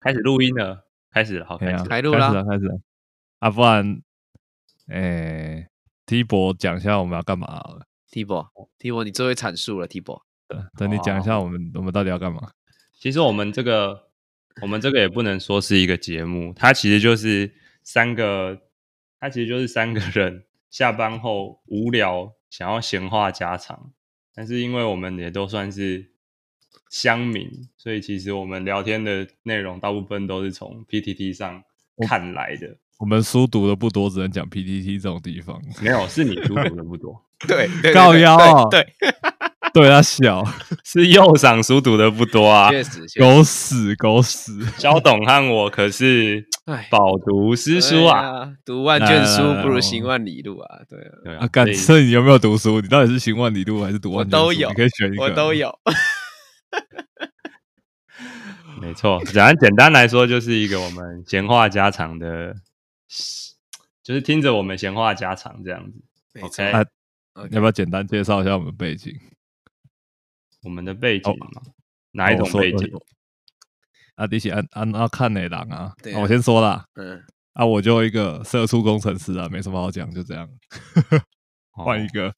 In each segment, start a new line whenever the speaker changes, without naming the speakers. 开始录音了，开始了，好，
哎
开
呀
始，了。
开录
开
啦
始了，开始了。啊，不然，哎、t 博讲一下我们要干嘛好了？
t 博 t 博，你最会阐述了 t 博。
等等你讲一下我们、我们到底要干嘛？
其实我们这个，我们这个也不能说是一个节目，它其实就是三个，它其实就是三个人下班后无聊，想要闲话家常。但是因为我们也都算是乡民，所以其实我们聊天的内容大部分都是从 PTT 上看来的，
我们书读的不多，只能讲 PPT 这种地方。
没有是你读的不多，
对，对
告腰哦
对，
对啊，小
是右赏书读的不多啊
对。确实，确实
狗屎狗屎！
肖董和我可是
哎，
饱读诗书啊，
对啊，读万卷
来来
书
来
不如
我
行万里路啊。对啊，
对
啊，干
所以
这你有没有读书？你到底是行万里路还是读万
我
卷
都
书
有
你可以选一个。
我都。有。
没错，简单简单来说，就是一个我们闲话家常的，就是听着我们闲话家常这样子。
没错
OK，、
啊
OK
要不要简单介绍一下我们背景？
我们的背
哦
景嘛，哪
哪
一种背景？
啊，你喜安安阿看哪狼啊？
对
啊
啊
我先说啦，
嗯，
啊，我就一个社畜工程师啊，没什么好讲，就这样。
哦
换一个，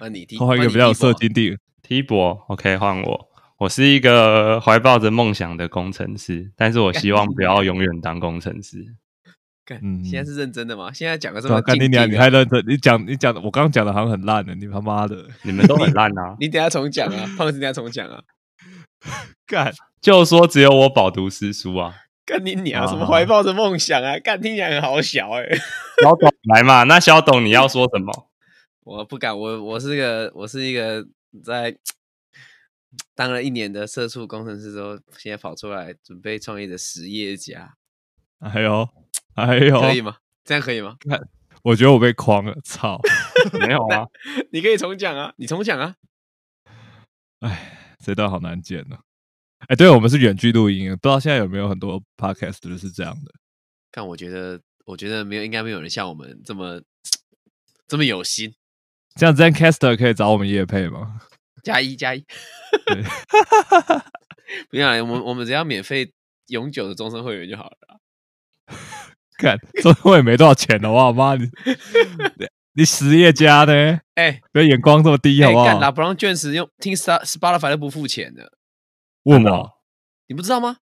那你 T
换一个比较有
啊
设计地。
T 博，OK，换我。我是一个怀抱着梦想的工程师，但是我希望不要永远当工程师。
嗯
嗯，现在是认真的吗？现在讲个这
对啊
么
干
禁
你
忌
娘！你
的，
还认真？你讲你讲，我刚刚讲的好像很烂的，你他妈的
你们都很烂啊！
你等一下重讲啊，胖子，等一下重讲啊。
干！
就说只有我饱读诗书啊，
干你娘！什么
好好
怀抱着梦想啊？干听起来很好小哎、
肖董来嘛？那肖董你要说什 么？
我不敢，我我是个我是一个在当了一年的社畜工程师之后，现在跑出来准备创业的实业家，
哎呦哎呦，
可以吗？这样可以吗？
我觉得我被框了，操！
没有啊，
你可以重讲啊，你重讲啊。
哎，这段好难剪呢。哎，对，我们是远距录音，啊不知道现在有没有很多 podcast 是这样的。
但我觉得，我觉得没有，应该没有人像我们这么这么有心。
像 Zencaster 可以找我们叶配吗？
加一加一，
对
不要啦，我们我们只要免费永久的终身会员就好了啦。
干，这我也没多少钱，好不好？妈，你 你你实业家呢？
哎、
不要眼光这么低，好
哎，
不
干拉
好？
布朗卷子用听 Star Spotify 都不付钱的，
问
哦
我，
你不知道吗？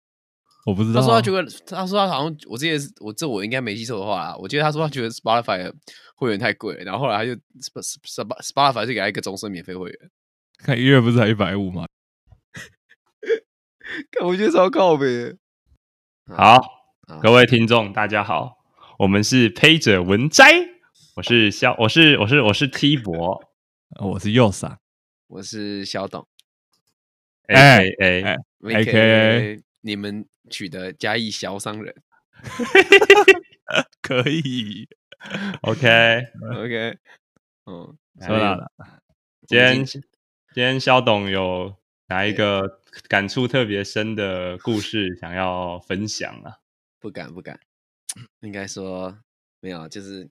我不知道
他
啊。
说他觉得，他说他好像，我记得是我这我应该没记错的话啦，我记得他说他觉得 Spotify 的会员太贵了，然后后来他就 Sp- Sp- Sp- Spotify 就给他一个终身免费会员，
看一月不是才一百五吗？
看我觉得超靠北。嗯
好，
嗯
啊
各位听众，大家好，我们是胚者文摘，我是肖，我是我是我是 T 博
啊我是右闪，
我是小董
，A
哎
K A，
哎
，A K
AKA
A 你们取的嘉义小商人
可以。
OK，
哎
，OK，嗯，
说啦，
今天
我
今天肖董有哪一个感触特别深的故事想要分享啊？
不敢不敢，应该说没有，就是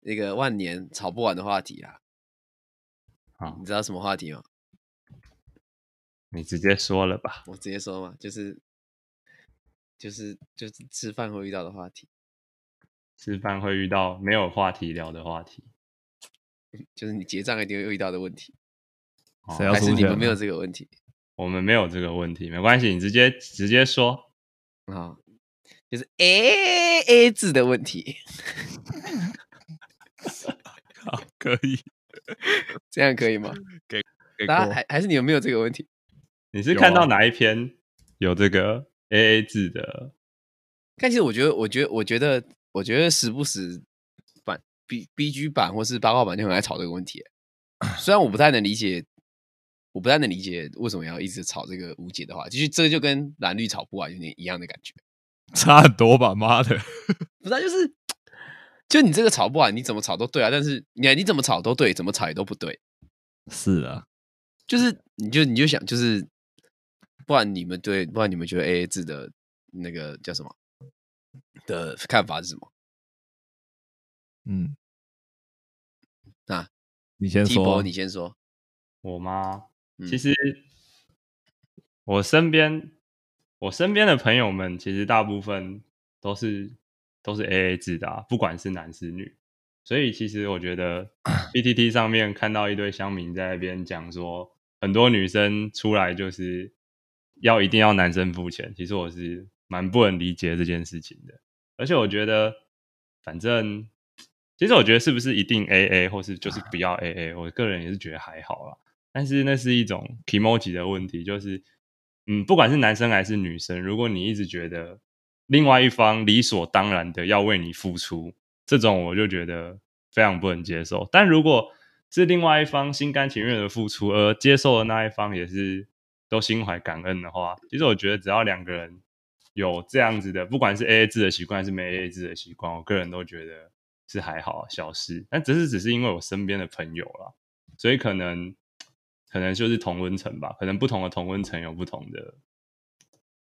那个万年吵不完的话题啦。
好
你知道什么话题吗？
你直接说了吧，
我直接说嘛，就是就是就是吃饭会遇到的话题，
吃饭会遇到没有话题聊的话题，
就是你结账一定会遇到的问题，
哦
谁要
还
还
是
是
出啊
你
你
钱
们没有
了
这个问题
我们没有这个问题，没关系，你直接直接说，
啊？就是 A A 字的问题，
好，可以
这样可以吗？
给
大
过
家还还是你们没有这个问题？
你是
有
看到
啊
哪一篇有这个 A A 制的？
但其实我觉得，我觉得，我觉得，我觉得时不时版 B B G 版或是八卦版就很爱吵这个问题。虽然我不太能理解，我不太能理解为什么要一直吵这个无解的话，其实这个就跟蓝绿吵不完有点一样的感觉。
差很多吧？妈的，
不是、啊，就是就你这个吵不完，你怎么吵都对啊，但是你你怎么吵都对，怎么吵也都不对，
是啊，
就是你就你就想就是，不然你们对，不然你们觉得 A A 制的那个叫什么的看法是什么？
嗯
啊，
你先
T
说
波，
啊，
你先说。
我吗？
嗯
其实我身边我身边的朋友们其实大部分都是都是 A A 制的、啊，不管是男是女。所以其实我觉得 P T T 上面看到一堆乡民在那边讲说，很多女生出来就是要一定要男生付钱，其实我是蛮不能理解这件事情的。而且我觉得，反正其实我觉得是不是一定 A A 或是就是不要 A A，我个人也是觉得还好啦。但是那是一种 emoji 的问题，就是嗯，不管是男生还是女生，如果你一直觉得另外一方理所当然的要为你付出，这种我就觉得非常不能接受。但如果是另外一方心甘情愿的付出，而接受的那一方也是都心怀感恩的话，其实我觉得只要两个人有这样子的，不管是 A A 制的习惯，还是没 A A 制的习惯，我个人都觉得是还好小事。但只是只是因为我身边的朋友啦，所以可能可能就是同温层吧，可能不同的同温层有不同的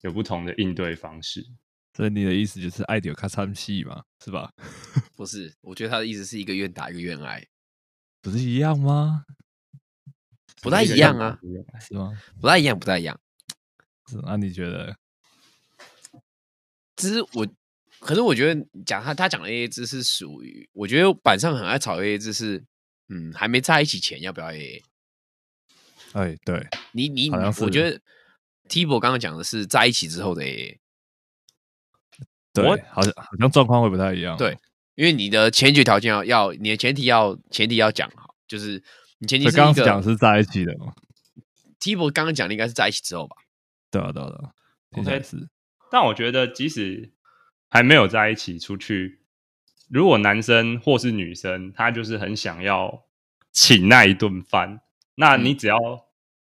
有不同的应对方式。
所以你的意思就是爱丢卡参戏嘛，是吧？
不是，我觉得他的意思是一个愿打一个愿挨，
不是一样吗？
不太一样啊，
是吗？
不太一样，不太一样。
是那你觉得？
只是我，可是我觉得讲他他讲的 A A 制是属于，我觉得板上很爱吵 A A 制是，嗯，还没在一起前要不要 A A？
哎，对，
你你
好像是
我觉得 Tibo 刚刚讲的是在一起之后的 A A，
对
我，
好像好像状况会不太一样。哦
对，因为你的前提条件要要你的前提要前提要讲好，就是你前
所
提
以
是
刚
一
刚讲的
个
是在一起的嘛？
Tibo 刚刚讲的应该是在一起之后吧？
对啊，对啊，对啊，听起来是
但我觉得，即使还没有在一起出去，如果男生或是女生，他就是很想要请那一顿饭，那
嗯
你只要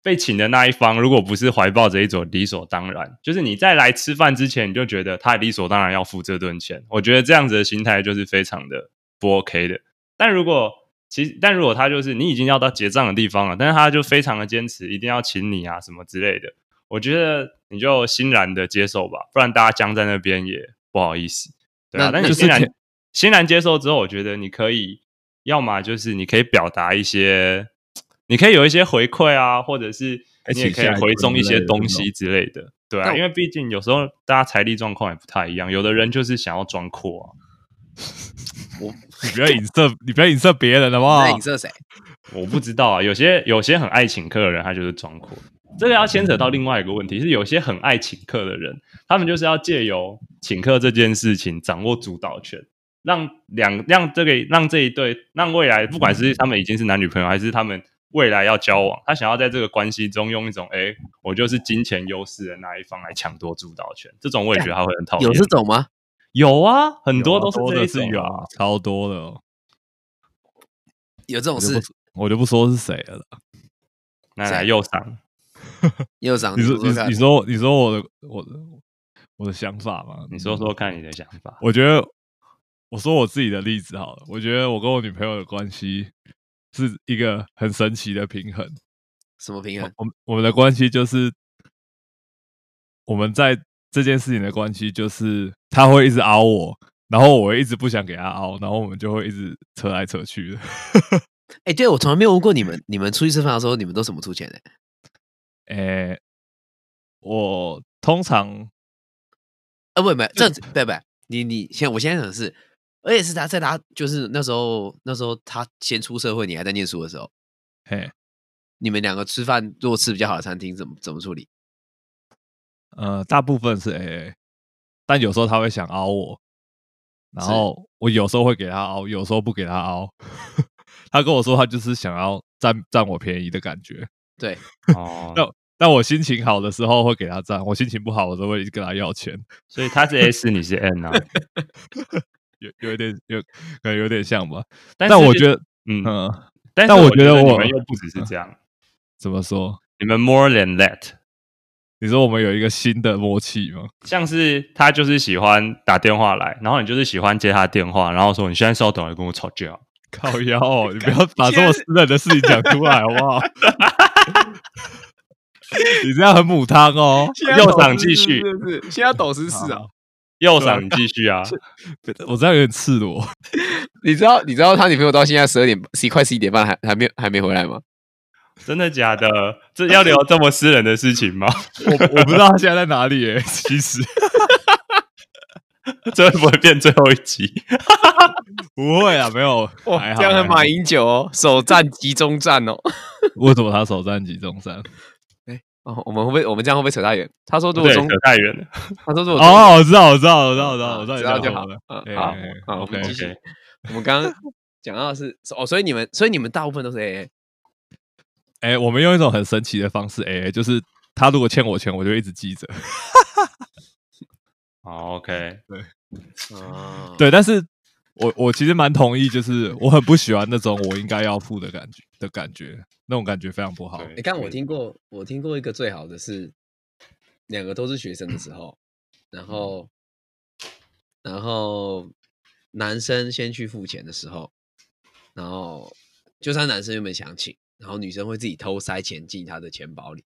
被请的那一方，如果不是怀抱着一种理所当然，就是你在来吃饭之前，你就觉得他理所当然要付这顿钱。我觉得这样子的心态就是非常的不 OK 的。但如果其实，但如果他就是你已经要到结账的地方了，但是他就非常的坚持，一定要请你啊什么之类的，我觉得你就欣然的接受吧，不然大家僵在那边也不好意思，对啊。
那
但你
那就是
欣然
舔
欣然接受之后，我觉得你可以，要么就是你可以表达一些，你可以有一些回馈啊，或者是
一
你
起
也可以回送一些东西之类的，对
那
啊。
我
因为毕竟有时候大家财力状况也不太一样，有的人就是想要装阔、啊，
我
你不要影射，你不要影射别人好不好
那？影射谁？
我不知道啊，有些有些很爱请客的人，他就是装阔。这个要牵扯到另外一个问题，是有些很爱请客的人，他们就是要借由请客这件事情掌握主导权，让两让这个让这一对让未来不管是他们已经是男女朋友，还是他们未来要交往，他想要在这个关系中用一种哎、诶我就是金钱优势的那一方来抢夺主导权，这种我也觉得他会很
哦
讨厌。
有这种吗？
有啊，很
有
多
啊
都是
多
这
的
一
是
种
有
啊
啊，超多的哦，
有这种
我就
事
不？我就不说是谁了啦。
来来右上。
也有这样？
你说
啊说
你
看
你说你说我的我的我的想法吗？
你说说看你的想 法。
我觉得我说我自己的例子好了，我觉得我跟我女朋友的关系是一个很神奇的平衡。
什么平衡？
我们我们的关系就是我们在这件事情的关系就是她会一直熬我，然后我会一直不想给她熬，然后我们就会一直扯来扯去的。
哎、对我从来没有问过你们，你们出去吃饭的时候，你们都怎么出钱的、
诶、我通常
啊，不不，这样子不不，你你现在我现在想的是，而且是他在他就是那时候那时候他先出社会，你还在念书的时候，
嘿
你们两个吃饭如果吃比较好的餐厅，怎么怎么处理？
呃大部分是 AA，但有时候她会想熬我，然后我有时候会给她熬，有时候不给她 熬。她跟我说她就是想要占占我便宜的感觉。
对，
哦，
那那我心情好的时候会给他赞，我心情不好我都会跟他要钱，
所以他是 S，你是 N 啊。
有有一点有可能有点像吧。
但
但
是
我觉得，
嗯，
嗯，
但
但
是
我
觉
觉得
你
我嗯
们又不只是这样，
怎么说？
你们 more than that，
你说我们有一个新的默契吗？
像是他就是喜欢打电话来，然后你就是喜欢接他电话，然后说你现在稍等，来跟我吵架。
靠腰哦、你不要把这么
啊
私人的事情讲出来好不 好？你这样很母汤哦。
右赏继续，
是不是？现在抖十四啊！
右赏继续啊，
我这样有点赤裸，
你知道你知道他女朋友到现在十二点，十一快十一点半还还没有还没回来吗？
真的假的？这要聊这么私人的事情吗？
我我不知道他现在在哪里诶、 其实
这会不会变最后一集？
不会啊，没有，还
哇，
好。
这样
还
很
好
马英九哦，首战集中战哦。
为什么他首战集中战？
哦，我们会不会我们这样会不会扯太远？他说如果
对，
中
扯，太远了。
他说如果中
哦，我知道，我知道，我知道，我知道，我知道，
知道
你
就
在
好
说的。哎
嗯，
对
好
对，
好，我
OK，
们继续
OK。
我们刚刚讲到的是哦，所以你们，所以你们大部分都是 AA，
哎、我们用一种很神奇的方式，哎、就是他如果欠我钱，我就一直记着。
好，OK，
哦，
对，但是我我其实蛮同意，就是我很不喜欢那种我应该要付的感觉的感觉，那种感觉非常不好。
对
你看，我听过，我听过一个最好的是，两个都是学生的 时候，
嗯
然后，然后男生先去付钱的时候，然后就算男生原本想请，然后女生会自己偷塞钱进他的钱包里。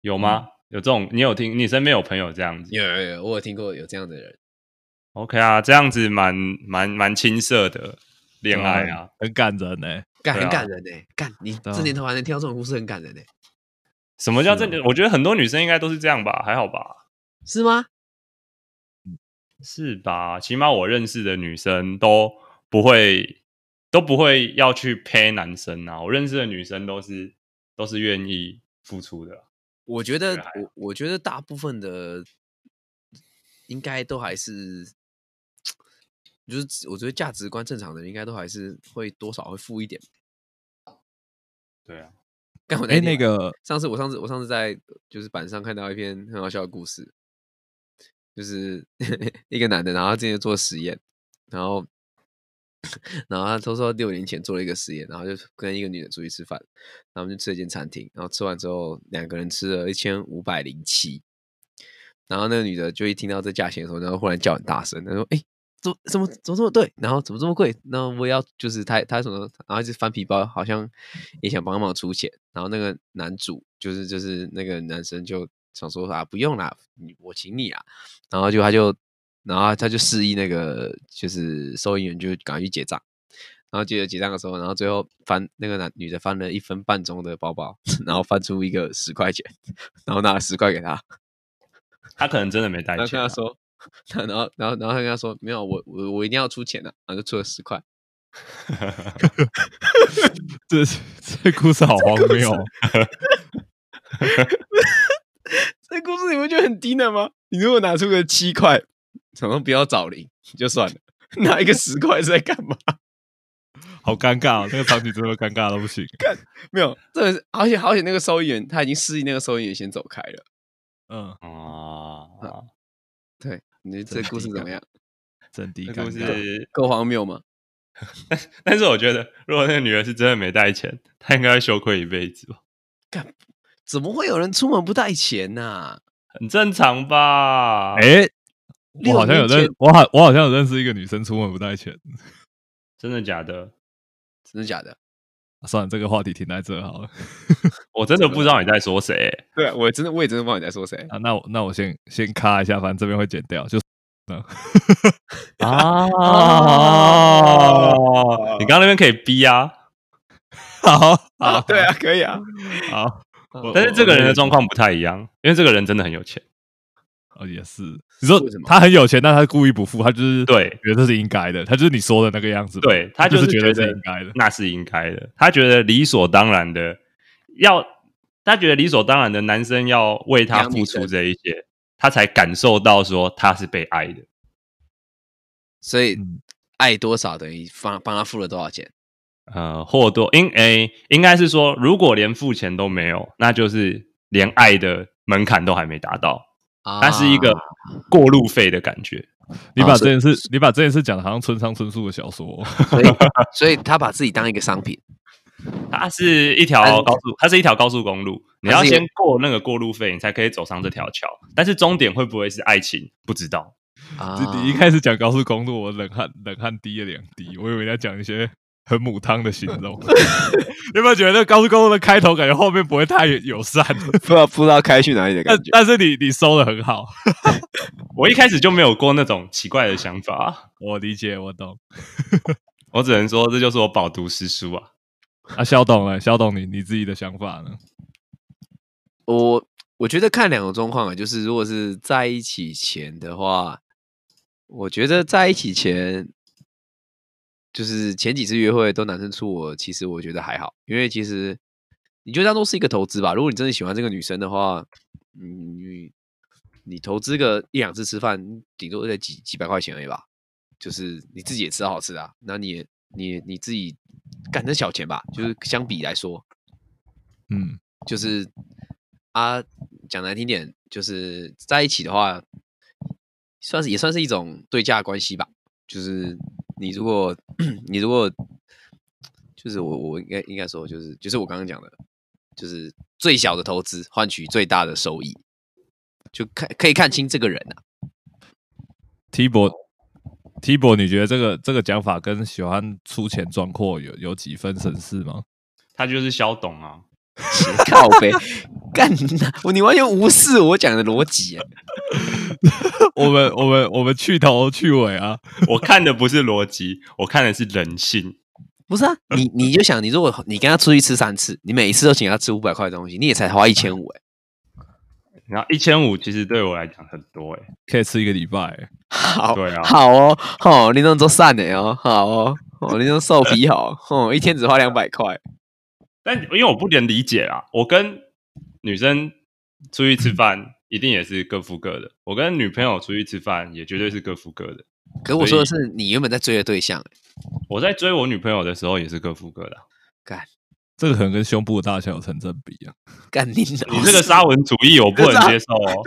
有吗？有这种？你有听？你身边有朋友这样子
嗯有有有，我有听过有这样的人。
？OK 啊，这样子蛮蛮蛮青涩的恋爱啊。
很感人哎呢、
干
对
很
啊
感人呢、欸干你
对啊
这年头还能听到这种故事，很感人欸呢、
什么叫
是
这
啊
个？我觉得很多女生应该都是这样吧，还好吧？
是吗？
是吧？起码我认识的女生都不会都不会要去 pay 男生啊。我认识的女生都是都是愿意付出的啊。
我觉得
觉得还
我我觉得大部分的应该都还是，就是我觉得价值观正常的人应该都还是会多少会富一点。
对啊，
刚我
哎、
那
那
天
个
上次我上次我上次在就是板上看到一篇很好笑的故事，就是 一个男的，然后他之前做实验，然后 然后他偷偷六年前做了一个实验，然后就跟一个女的出去吃饭，然后我们就吃了一间餐厅，然后吃完之后两个人吃了一千五百零七，然后那个女的就一听到这价钱的时候，然后忽然叫很大声，她说：“哎、怎么怎么怎么这么对？然后怎么这么贵？那我也要就是他他什么，然后一直翻皮包，好像也想帮忙出钱。然后那个男主就是就是那个男生就想说啊，不用啦，你我请你啊。然后就他就然后他就示意那个就是收银员就赶快去结账。然后接着结账的时候，然后最后翻那个男女的翻了一分半钟的包包， 然后翻出一个十块钱，然后拿了十块给他，
他可能真的没带
然后
钱
跟他
啊。
说， 他然后然后然后他跟他说没有，我我我一定要出钱的、然后就出了十块。
这 这故事好荒谬哦，
这故事你们觉得很低能吗？你如果拿出个七块，想说不要找零就算了， 拿一个十块是在干嘛？
好尴尬哦，那个场景真的尴尬到不行。
没有，这个是而且而且那个收银员他已经示意那个收银员先走开了。
嗯，
啊，
对，你觉得这
真
个故事
低
怎
能
么样？
真的
这
尴
故
尬。
事
够荒谬吗？
但是我觉得，如果那个女的是真的没带钱，她应该会羞愧一辈子吧，
怎么会有人出门不带钱呐、
很正常吧？
哎、我好像有
六年
认
前，
我好我好像有认识一个女生出门不带钱。
真的假的？
真的假的？
啊算了，这个话题停在这好了。
我真的不知道你在说谁、欸
对啊我真的我也真的忘了你在说谁。
啊，那我那我先先咔一下，反正这边会剪掉，就
啊！
哦
你刚刚那边可以逼啊，
好
啊，
好
对啊，可以啊。
好，
我
但是这个人的状况不太一样，因为这个人真的很有钱。
哦也是，你说
为什么
他很有钱，但他故意不付，他就是
对
觉得这是应该的，他就是你说的那个样子嘛，
对他
就
就是是
觉
觉
得
得啊
是应该的，
那是应该的，他觉得理所当然的，要他觉得理所当然的男生要为他
养女
付出
生
这一些，他才感受到说他是被爱的。
所以
嗯
爱多少等于帮帮他付了多少钱？
呃，或多应诶、应该是说，如果连付钱都没有，那就是连爱的门槛都还没达到，
啊
它是一个过路费的感觉。
你把
啊
这件事，你把这件事讲的好像村上春树的小说哦，
所以所以他把自己当一个商 品。
它是一条高速，它是一条高速公路，你要
它是一个
先过那个过路费，你才可以走上这条桥。但是终点会不会是爱情，不知道。
啊
就你一开始讲高速公路，我冷汗冷汗滴了两滴，我以为你要讲一些很母汤的形容，有没有觉得那高速公路的开头感觉后面不会太友善？
不知道不知道开去哪里的
但但是你你收的很好，
我一开始就没有过那种奇怪的想法，
我理解，我懂。
我只能说这就是我饱读诗书啊。
啊，肖董哎，肖董你你自己的想法呢？
我我觉得看两种状况啊，就是如果是在一起前的话，我觉得在一起前，就是前几次约会都男生出我，其实我觉得还好，因为其实你就当做是一个投资吧。如果你真的喜欢这个女生的话，嗯你你投资个一两次吃饭，顶多在几几百块钱而已吧。就是你自己也吃到好吃的、啊，那你也你也你自己干这小钱吧，就是相比来说，
嗯，
就是啊，讲难听点，就是在一起的话，算是也算是一种对价关系吧。就是你如果你如果就是我我应该应该说就是就是我刚刚讲的，就是最小的投资换取最大的收益，就看可以看清这个人啊。
t 博 t 博，你觉得这个这个讲法跟喜欢出钱装阔有有几分神似吗？
他就是肖董啊，
靠背，干你啊我你完全无视我讲的逻辑啊、
我们我们我们去头去尾啊，
我看的不是逻辑，我看的是人性。
不是啊，你你就想，你如果你跟他出去吃三次，你每一次都请他吃五百块的东西，你也才花一千五哎，
然后一千五其实对我来讲很多哎、
可以吃一个礼拜欸。
好，
对啊
好哦，好、哦，你弄做散的哦，好哦，哦，你弄瘦皮好，哦，一天只花两百块，
但因为我不能理解啊，我跟女生出去吃饭一定也是各付各的，我跟女朋友出去吃饭也绝对是各付各的。
可是我说的是你原本在追的对象欸，
我在追我女朋友的时候也是各付各的啊、
这个可能跟胸部的大小有成正比啊。
干你
你
你
这个沙文主义我不能接受哦。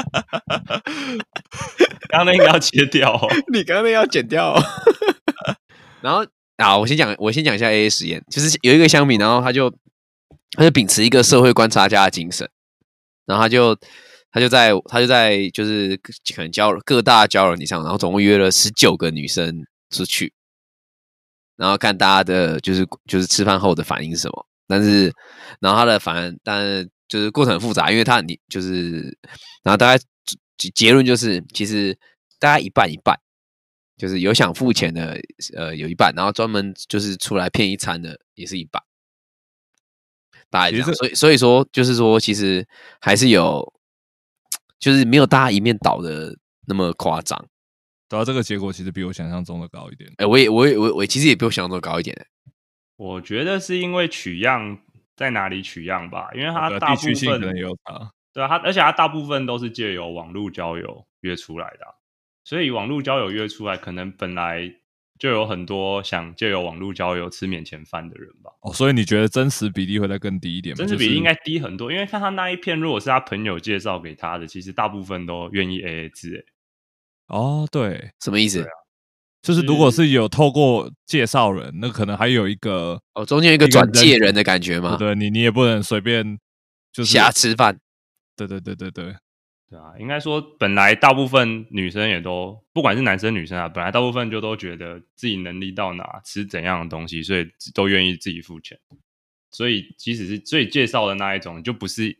刚刚那应该要切掉哦。
你刚刚要剪掉、哦。 然后啊，我先讲，我先讲一下 A A 实验，就是有一个乡民，然后他就他就秉持一个社会观察家的精神，然后他就他就在他就在就是可能交友各大交友软件上，然后总共约了十九个女生出去，然后看大家的就是就是吃饭后的反应是什么。但是，然后他的反但是就是过程很复杂，因为他你就是，然后大概结结论就是，其实大概一半一半，就是有想付钱的，呃，有一半，然后专门就是出来骗一餐的也是一半，大概这
其实这
样。所以所以说就是说，其实还是有，就是没有大家一面倒的那么夸张。
然后啊这个结果其实比我想象中的高一点。
哎，我也我也我也我其实也比我想象中高一点。
我觉得是因为取样在哪里取样吧，因为它
对啊
大
地
部
区性可
分
能也有差。
对啊，它而且它大部分都是借由网络交友约出来的啊、所以网络交友约出来，可能本来就有很多想借由网络交友吃免钱饭的人吧，
哦，所以你觉得真实比例会再更低一点吗？
真实比
就
例
是
应该低很多。因为看他那一片，如果是他朋友介绍给他的，其实大部分都愿意 AA 制、欸。
哦，对，啊
什么意思？
就是
是
如果是有透过介绍人，那可能还有一个
哦，中间有一个
一个
转介
人
人的感觉吗？
对你你也不能随便就是
瞎吃饭。
对对对对对，
对啊，应该说本来大部分女生也都，不管是男生女生啊，本来大部分就都觉得自己能力到哪，吃怎样的东西，所以都愿意自己付钱。所以即使是最介绍的那一种，就不是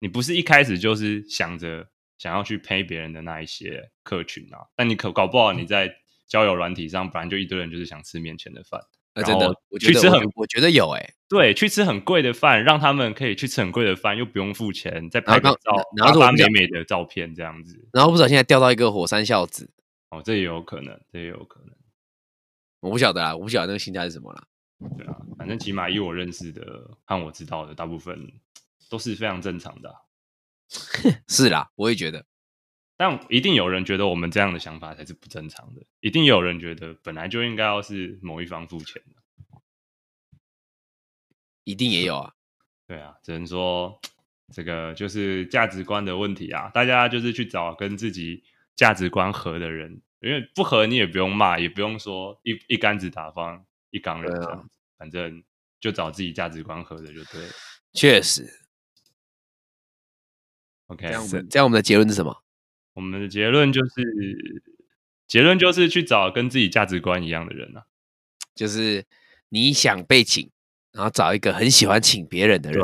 你不是一开始就是想着想要去陪别人的那一些客群啊，但你可搞不好你在交友软体上，本来就一堆人就是想吃面前的饭，
呃，
然
真的
后，
我觉
去
得
吃
我
很
觉我觉得有哎、
对，去吃很贵的饭，让他们可以去吃很贵的饭，又不用付钱，再
然
拍
后
个
刚
照，
然后如
发
果
发
不
美
小
美的照片这样子。
然后不小心还钓到一个火山孝子，
哦，这也有可能，这也有可能，
我不晓得啦，啊我不晓得那个心态是什么啦。
对啊，反正起码以我认识的和我知道的，大部分都是非常正常的啊、
是啦，我也觉得，
但一定有人觉得我们这样的想法才是不正常的，一定有人觉得本来就应该要是某一方付钱的，
一定也有啊。
对啊，只能说这个就是价值观的问题啊，大家就是去找跟自己价值观合的人，因为不合你也不用骂，也不用说一一竿子打翻一缸人
对啊
这样子，反正就找自己价值观合的就对了。
确实，
OK，哎
这样我们这样我们的结论是什么？
我们的结论就是，结论就是去找跟自己价值观一样的人啊。
就是你想被请，然后找一个很喜欢请别人的人，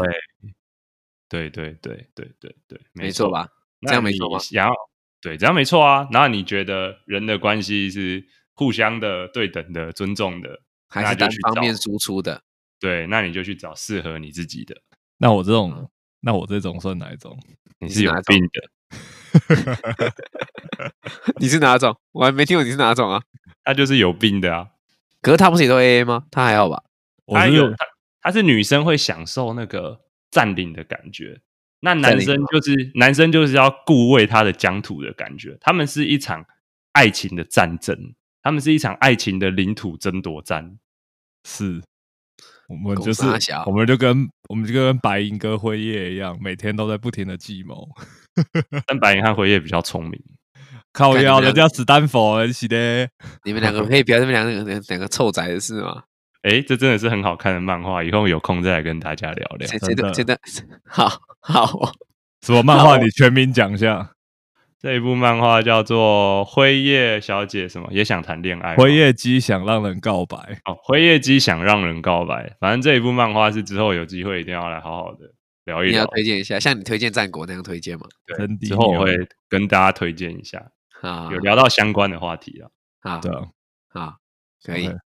对对对对对对，
没错？吧？
那
这样没
你
错吗
想要对，这样没错啊。然后你觉得人的关系是互相的、对等的、尊重的，
还
那
是
就
单
去
方
找
面输出的？
对，那你就去找适合你自己的。
那我这
嗯
种，那我这种算哪 一种？
你
你
是
是
有
哪
病的。
你是哪种？我还没听过你是哪种啊？
她就是有病的啊！
可是他不是也都 AA 吗？他还好吧？
我
她
是
有她，她是女生会享受那个占领的感觉，那
占
男
领
生
吗
就是男生就是要顾卫他的疆土的感觉。他们是一场爱情的战争，他们是一场爱情的领土争夺战。
是，我们
狗
就是
傻小
我们就跟我们就跟白银哥辉夜一样，每天都在不停的计 谋。
但白银和辉夜比较聪明，
靠
干你
腰，
们
人
俩
家史丹佛人是的，
你们两 个可以不要这么两个两个臭宅的事吗？
诶，这真的是很好看的漫画，以后有空再来跟大家聊聊。
这这
真的
段这段 好好，
什么漫画？你全名讲一下，
这一部漫画叫做《辉夜小姐》，什么也想谈恋爱吗。
《辉夜姬想让人告白》。
哦，辉夜姬想让人告白，反正这一部漫画是之后有机会一定要来好好的聊一
你要
聊，
推荐一下，像你推荐战国那样推荐吗？
对
真的
之后我
有
会跟大家推荐一下，
啊，
有聊到相关的话题了。
啊
对啊，
啊，可以
OK。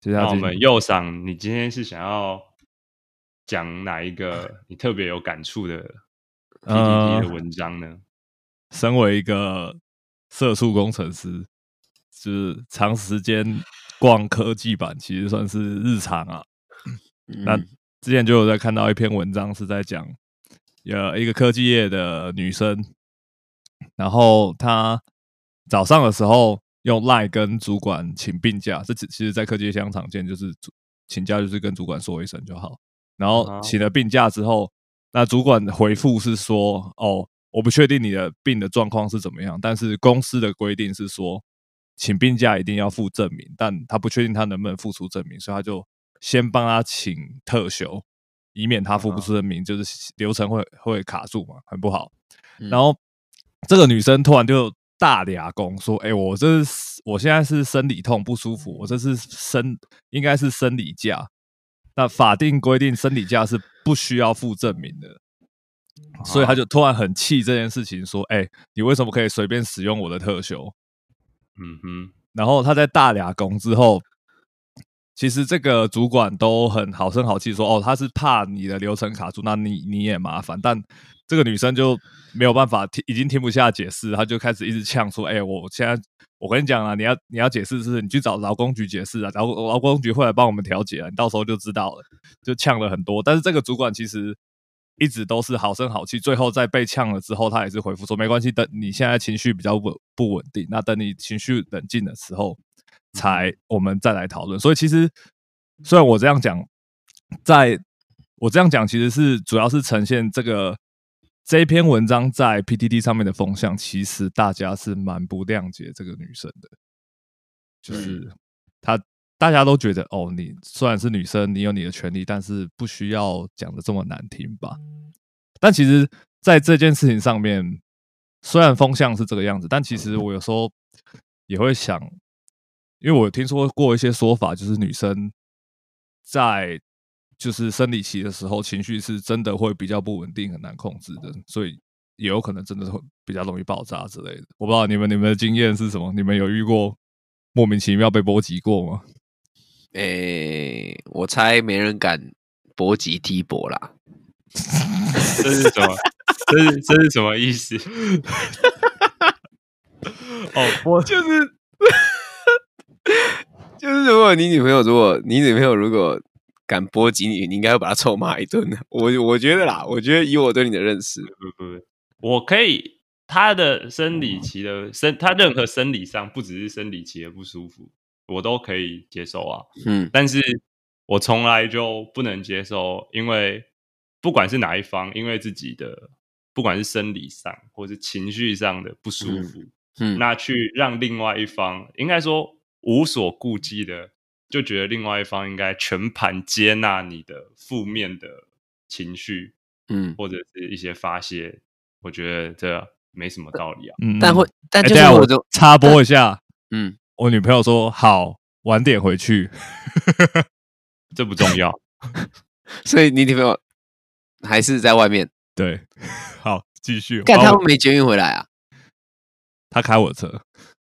接
那
下来
我
进
们右赏，你今天是想要讲哪一个你特别有感触的 PPT
呃
的文章呢？
身为一个社畜工程师，就是长时间逛科技版，其实算是日常啊。那
嗯
之前就有在看到一篇文章，是在讲呃一个科技业的女生，然后她早上的时候用赖跟主管请病假，这其其实在科技业相常见，就是主请假就是跟主管说一声就好。然后
啊
请了病假之后，那主管的回复是说：“哦，我不确定你的病的状况是怎么样，但是公司的规定是说，请病假一定要附证明，但他不确定他能不能付出证明，所以他就先帮他请特休，以免他付不出证明，就是流程会会卡住嘛，很不好。
嗯
然后这个女生突然就大俩工说：“哎、我这是我现在是生理痛不舒服，我这是生应该是生理假。那法定规定生理假是不需要附证明的，
啊
所以他就突然很气这件事情，说：哎、你为什么可以随便使用我的特休？
嗯哼，
然后他在大俩工之后，其实这个主管都很好声好气说：“哦，他是怕你的流程卡住，那你你也麻烦。”但这个女生就没有办法听，已经听不下解释，她就开始一直呛说：“哎、我现在我跟你讲啊，你要你要解释是，你去找劳工局解释啊，劳劳工局会来帮我们调解啊，你到时候就知道了。”就呛了很多，但是这个主管其实。一直都是好声好气，最后在被呛了之后，他也是回复说：“没关系，等你现在情绪比较稳不稳定，那等你情绪冷静的时候，才我们再来讨论。”所以其实虽然我这样讲，在我这样讲其实是主要是呈现这个这一篇文章在 PTT 上面的风向，其实大家是蛮不谅解这个女生的，就是她大家都觉得哦，你虽然是女生，你有你的权利，但是不需要讲的这么难听吧。但其实，在这件事情上面，虽然风向是这个样子，但其实我有时候也会想，因为我有听说过一些说法，就是女生在就是生理期的时候，情绪是真的会比较不稳定，很难控制的，所以也有可能真的会比较容易爆炸之类的。我不知道你们你们的经验是什么？你们有遇过莫名其妙被波及过吗？
诶，我猜没人敢搏击踢博啦。
这是什么？这是这是什么意思？
哦，波
就是 就是，如果你女朋友，如果你女朋友如果敢波及你，你应该会把她臭骂一顿的。我我觉得啦，我觉得以我对你的认识，
不不不，我可以，他的生理期的生，他任何生理上不只是生理期的不舒服，我都可以接受啊。
嗯，
但是我从来就不能接受，因为不管是哪一方，因为自己的不管是生理上或是情绪上的不舒服，
嗯
那去让另外一方，应该说无所顾忌的，就觉得另外一方应该全盘接纳你的负面的情绪，
嗯，
或者是一些发泄，我觉得这没什么道理啊。
嗯
但会，但
哎，
就
等
是
一
会
下
有
我
这种，
插播一下，
嗯，
我女朋友说好，晚点回去。
这不重要，
所以你女朋友还是在外面，
对， 好，继续。
干
哇
他
哦我
们没绝运回来啊
他开我车，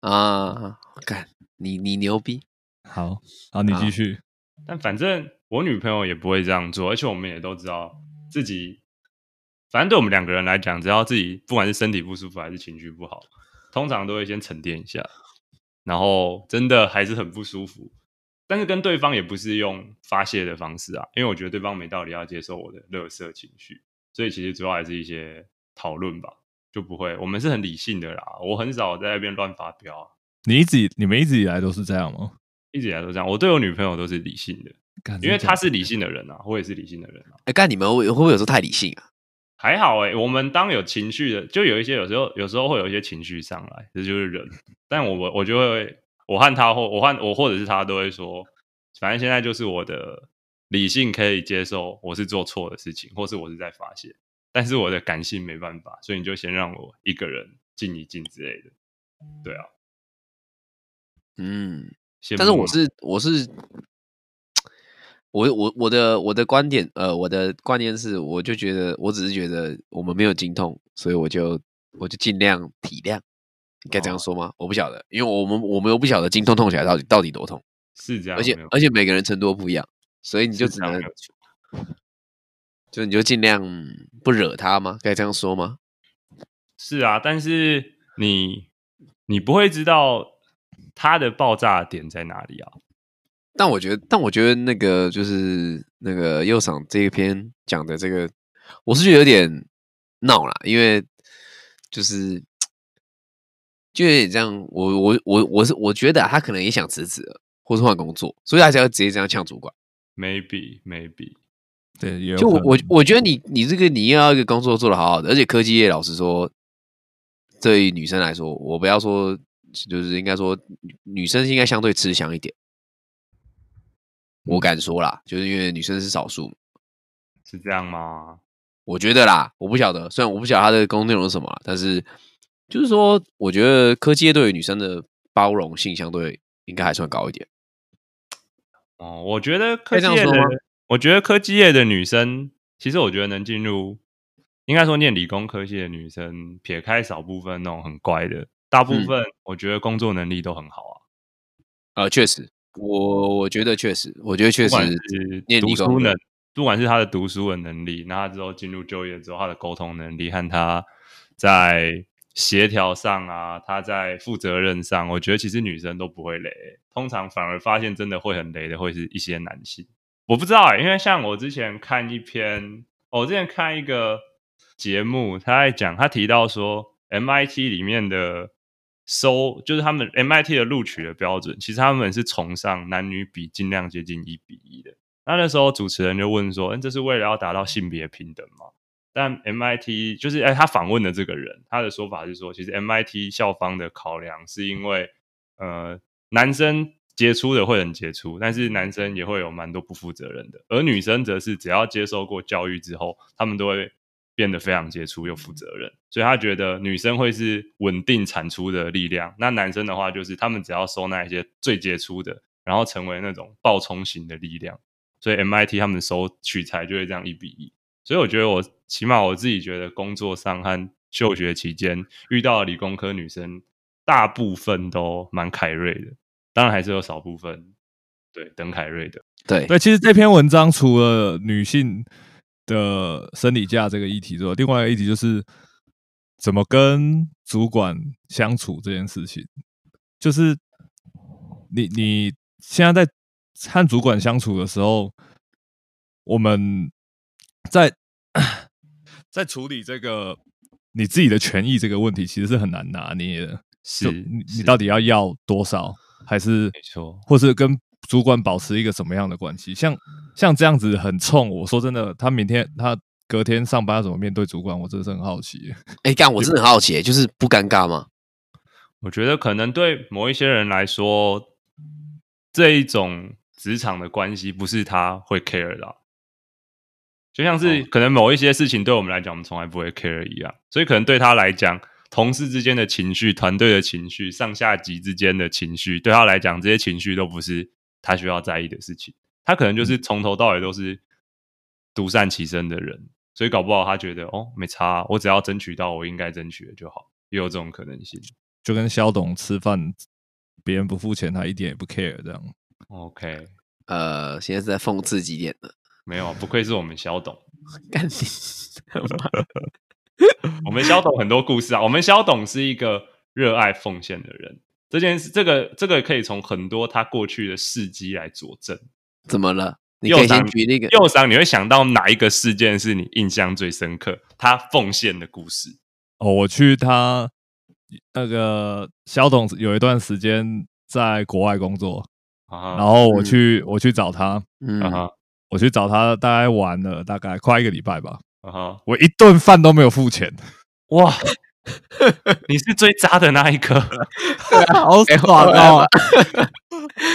啊，干你你牛逼，
好，好，你继续。
但反正我女朋友也不会这样做，而且我们也都知道自己，反正对我们两个人来讲，只要自己不管是身体不舒服还是情绪不好，通常都会先沉淀一下，然后真的还是很不舒服。但是跟对方也不是用发泄的方式啊，因为我觉得对方没道理要接受我的乐色情绪，所以其实主要还是一些讨论吧，就不会。我们是很理性的啦，我很少在那边乱发飙啊、
你一直以你们一直以来都是这样吗？
一直以来都这样。我对我女朋友都是理性的，
干
因为她，是
真
理性的人啊，我也是理性的人啊。
哎，干你们会会不会有时候太理性啊？
还好哎、我们当有情绪的，就有一些有时候有时候会有一些情绪上来，这就是人。但我我我就会，我和他或我和我或者是他都会说，反正现在就是我的理性可以接受我是做错的事情，或是我是在发泄，但是我的感性没办法，所以你就先让我一个人静一静之类的。对啊，
嗯，
羡慕
但是我
吗
是我是我我我的我的观点，呃，我的观念是，我就觉得我只是觉得我们没有经痛，所以我就我就尽量体谅，应该这样
哦
说吗？我不晓得，因为我们我们又不晓得经痛痛起来到底到底多痛，
是这样，
而且
没有啊
而且每个人程度不一样，所以你
是
就只
这样
能
没有错
就你就尽量不惹他吗？该这样说吗？
是啊，但是你你不会知道他的爆炸点在哪里啊。
但我觉得，但我觉得那个就是那个右赏这一篇讲的这个，我是觉得有点闹啦，因为就是就有点这样，我我我我是我觉得啊、他可能也想辞职了，或是换工作，所以他才要直接这样呛主管。
Maybe, maybe，
的对，也有
就我
可能
我我觉得你你这个你要一个工作做得好好的，而且科技业老实说，对于女生来说，我不要说就是应该说女生应该相对吃香一点，
嗯
我敢说啦，就是因为女生是少数，
是这样吗？
我觉得啦，我不晓得，虽然我不晓得她的工作内容是什么啦，但是就是说，我觉得科技业对于女生的包容性相对应该还算高一点。
哦，我觉得科技
可以
业
这样
的
说吗，
我觉得科技业的女生，其实我觉得能进入，应该说念理工科系的女生，撇开少部分那种很乖的，大部
嗯
分我觉得工作能力都很好啊。
呃，确实，我我觉得确实，我觉得确
不
实
管是
念
读
理
书
工的
能，不管是他的读书的能力，那他之后进入就业之后，他的沟通能力和他在协调上啊，他在负责任上，我觉得其实女生都不会雷，欸通常反而发现真的会很雷的会是一些男性。我不知道、欸，因为像我之前看一篇，哦我之前看一个节目，他在讲，他提到说 MIT 里面的收，就是他们 MIT 的录取的标准，其实他们是崇尚男女比尽量接近一比一的。那那时候主持人就问说，嗯，这是为了要达到性别平等吗？但 MIT 就是，哎，他访问的这个人，他的说法是说，其实 MIT 校方的考量是因为，呃，男生杰出的会很杰出，但是男生也会有蛮多不负责任的，而女生则是只要接受过教育之后，他们都会变得非常杰出又负责任，所以他觉得女生会是稳定产出的力量，那男生的话就是他们只要收纳一些最杰出的，然后成为那种爆冲型的力量，所以 MIT 他们收取材就会这样一比一，所以我觉得我起码我自己觉得工作上和就学期间遇到的理工科女生，大部分都蛮凯瑞的，当然还是有少部分对等凯瑞的。
对
对，其实这篇文章除了女性的生理假这个议题之外，另外一个议题就是怎么跟主管相处这件事情。就是你你现在在和主管相处的时候，我们在 在处理这个你自己的权益这个问题，其实是很难拿捏的。就是你你
是
到底要要多少，还是
没错
或是跟主管保持一个什么样的关系？像像这样子很冲，我说真的，他明天他隔天上班要怎么面对主管，我真的是很好奇。
哎，干，我真的很好奇，就是不尴尬吗？
我觉得可能对某一些人来说，这一种职场的关系不是他会 care 的啊、就像是
哦
可能某一些事情对我们来讲，我们从来不会 care 一样，所以可能对他来讲，同事之间的情绪、团队的情绪、上下级之间的情绪，对他来讲，这些情绪都不是他需要在意的事情。他可能就是从头到尾都是独善其身的人，所以搞不好他觉得哦，没差啊，我只要争取到我应该争取的就好，也有这种可能性。
就跟肖董吃饭，别人不付钱，他一点也不 care 这样。
OK，
呃，现在是在讽刺几点了？
没有，不愧是我们肖 董。
干你！
我们肖董很多故事啊，我们肖董是一个热爱奉献的人。这件事，这个这个可以从很多他过去的事迹来佐证。
怎么了？你
右
可以先
长
举那个
右赏，你会想到哪一个事件是你印象最深刻？他奉献的故事。
哦，我去他那个肖董有一段时间在国外工作，
啊
然后我
嗯
去我去找他，
嗯
啊哈
我去找他，大概玩了大概快一个礼拜吧，
啊
嗯
哈！
我一顿饭都没有付钱，
哇，你是最渣的那一个，
好
哎
爽哦！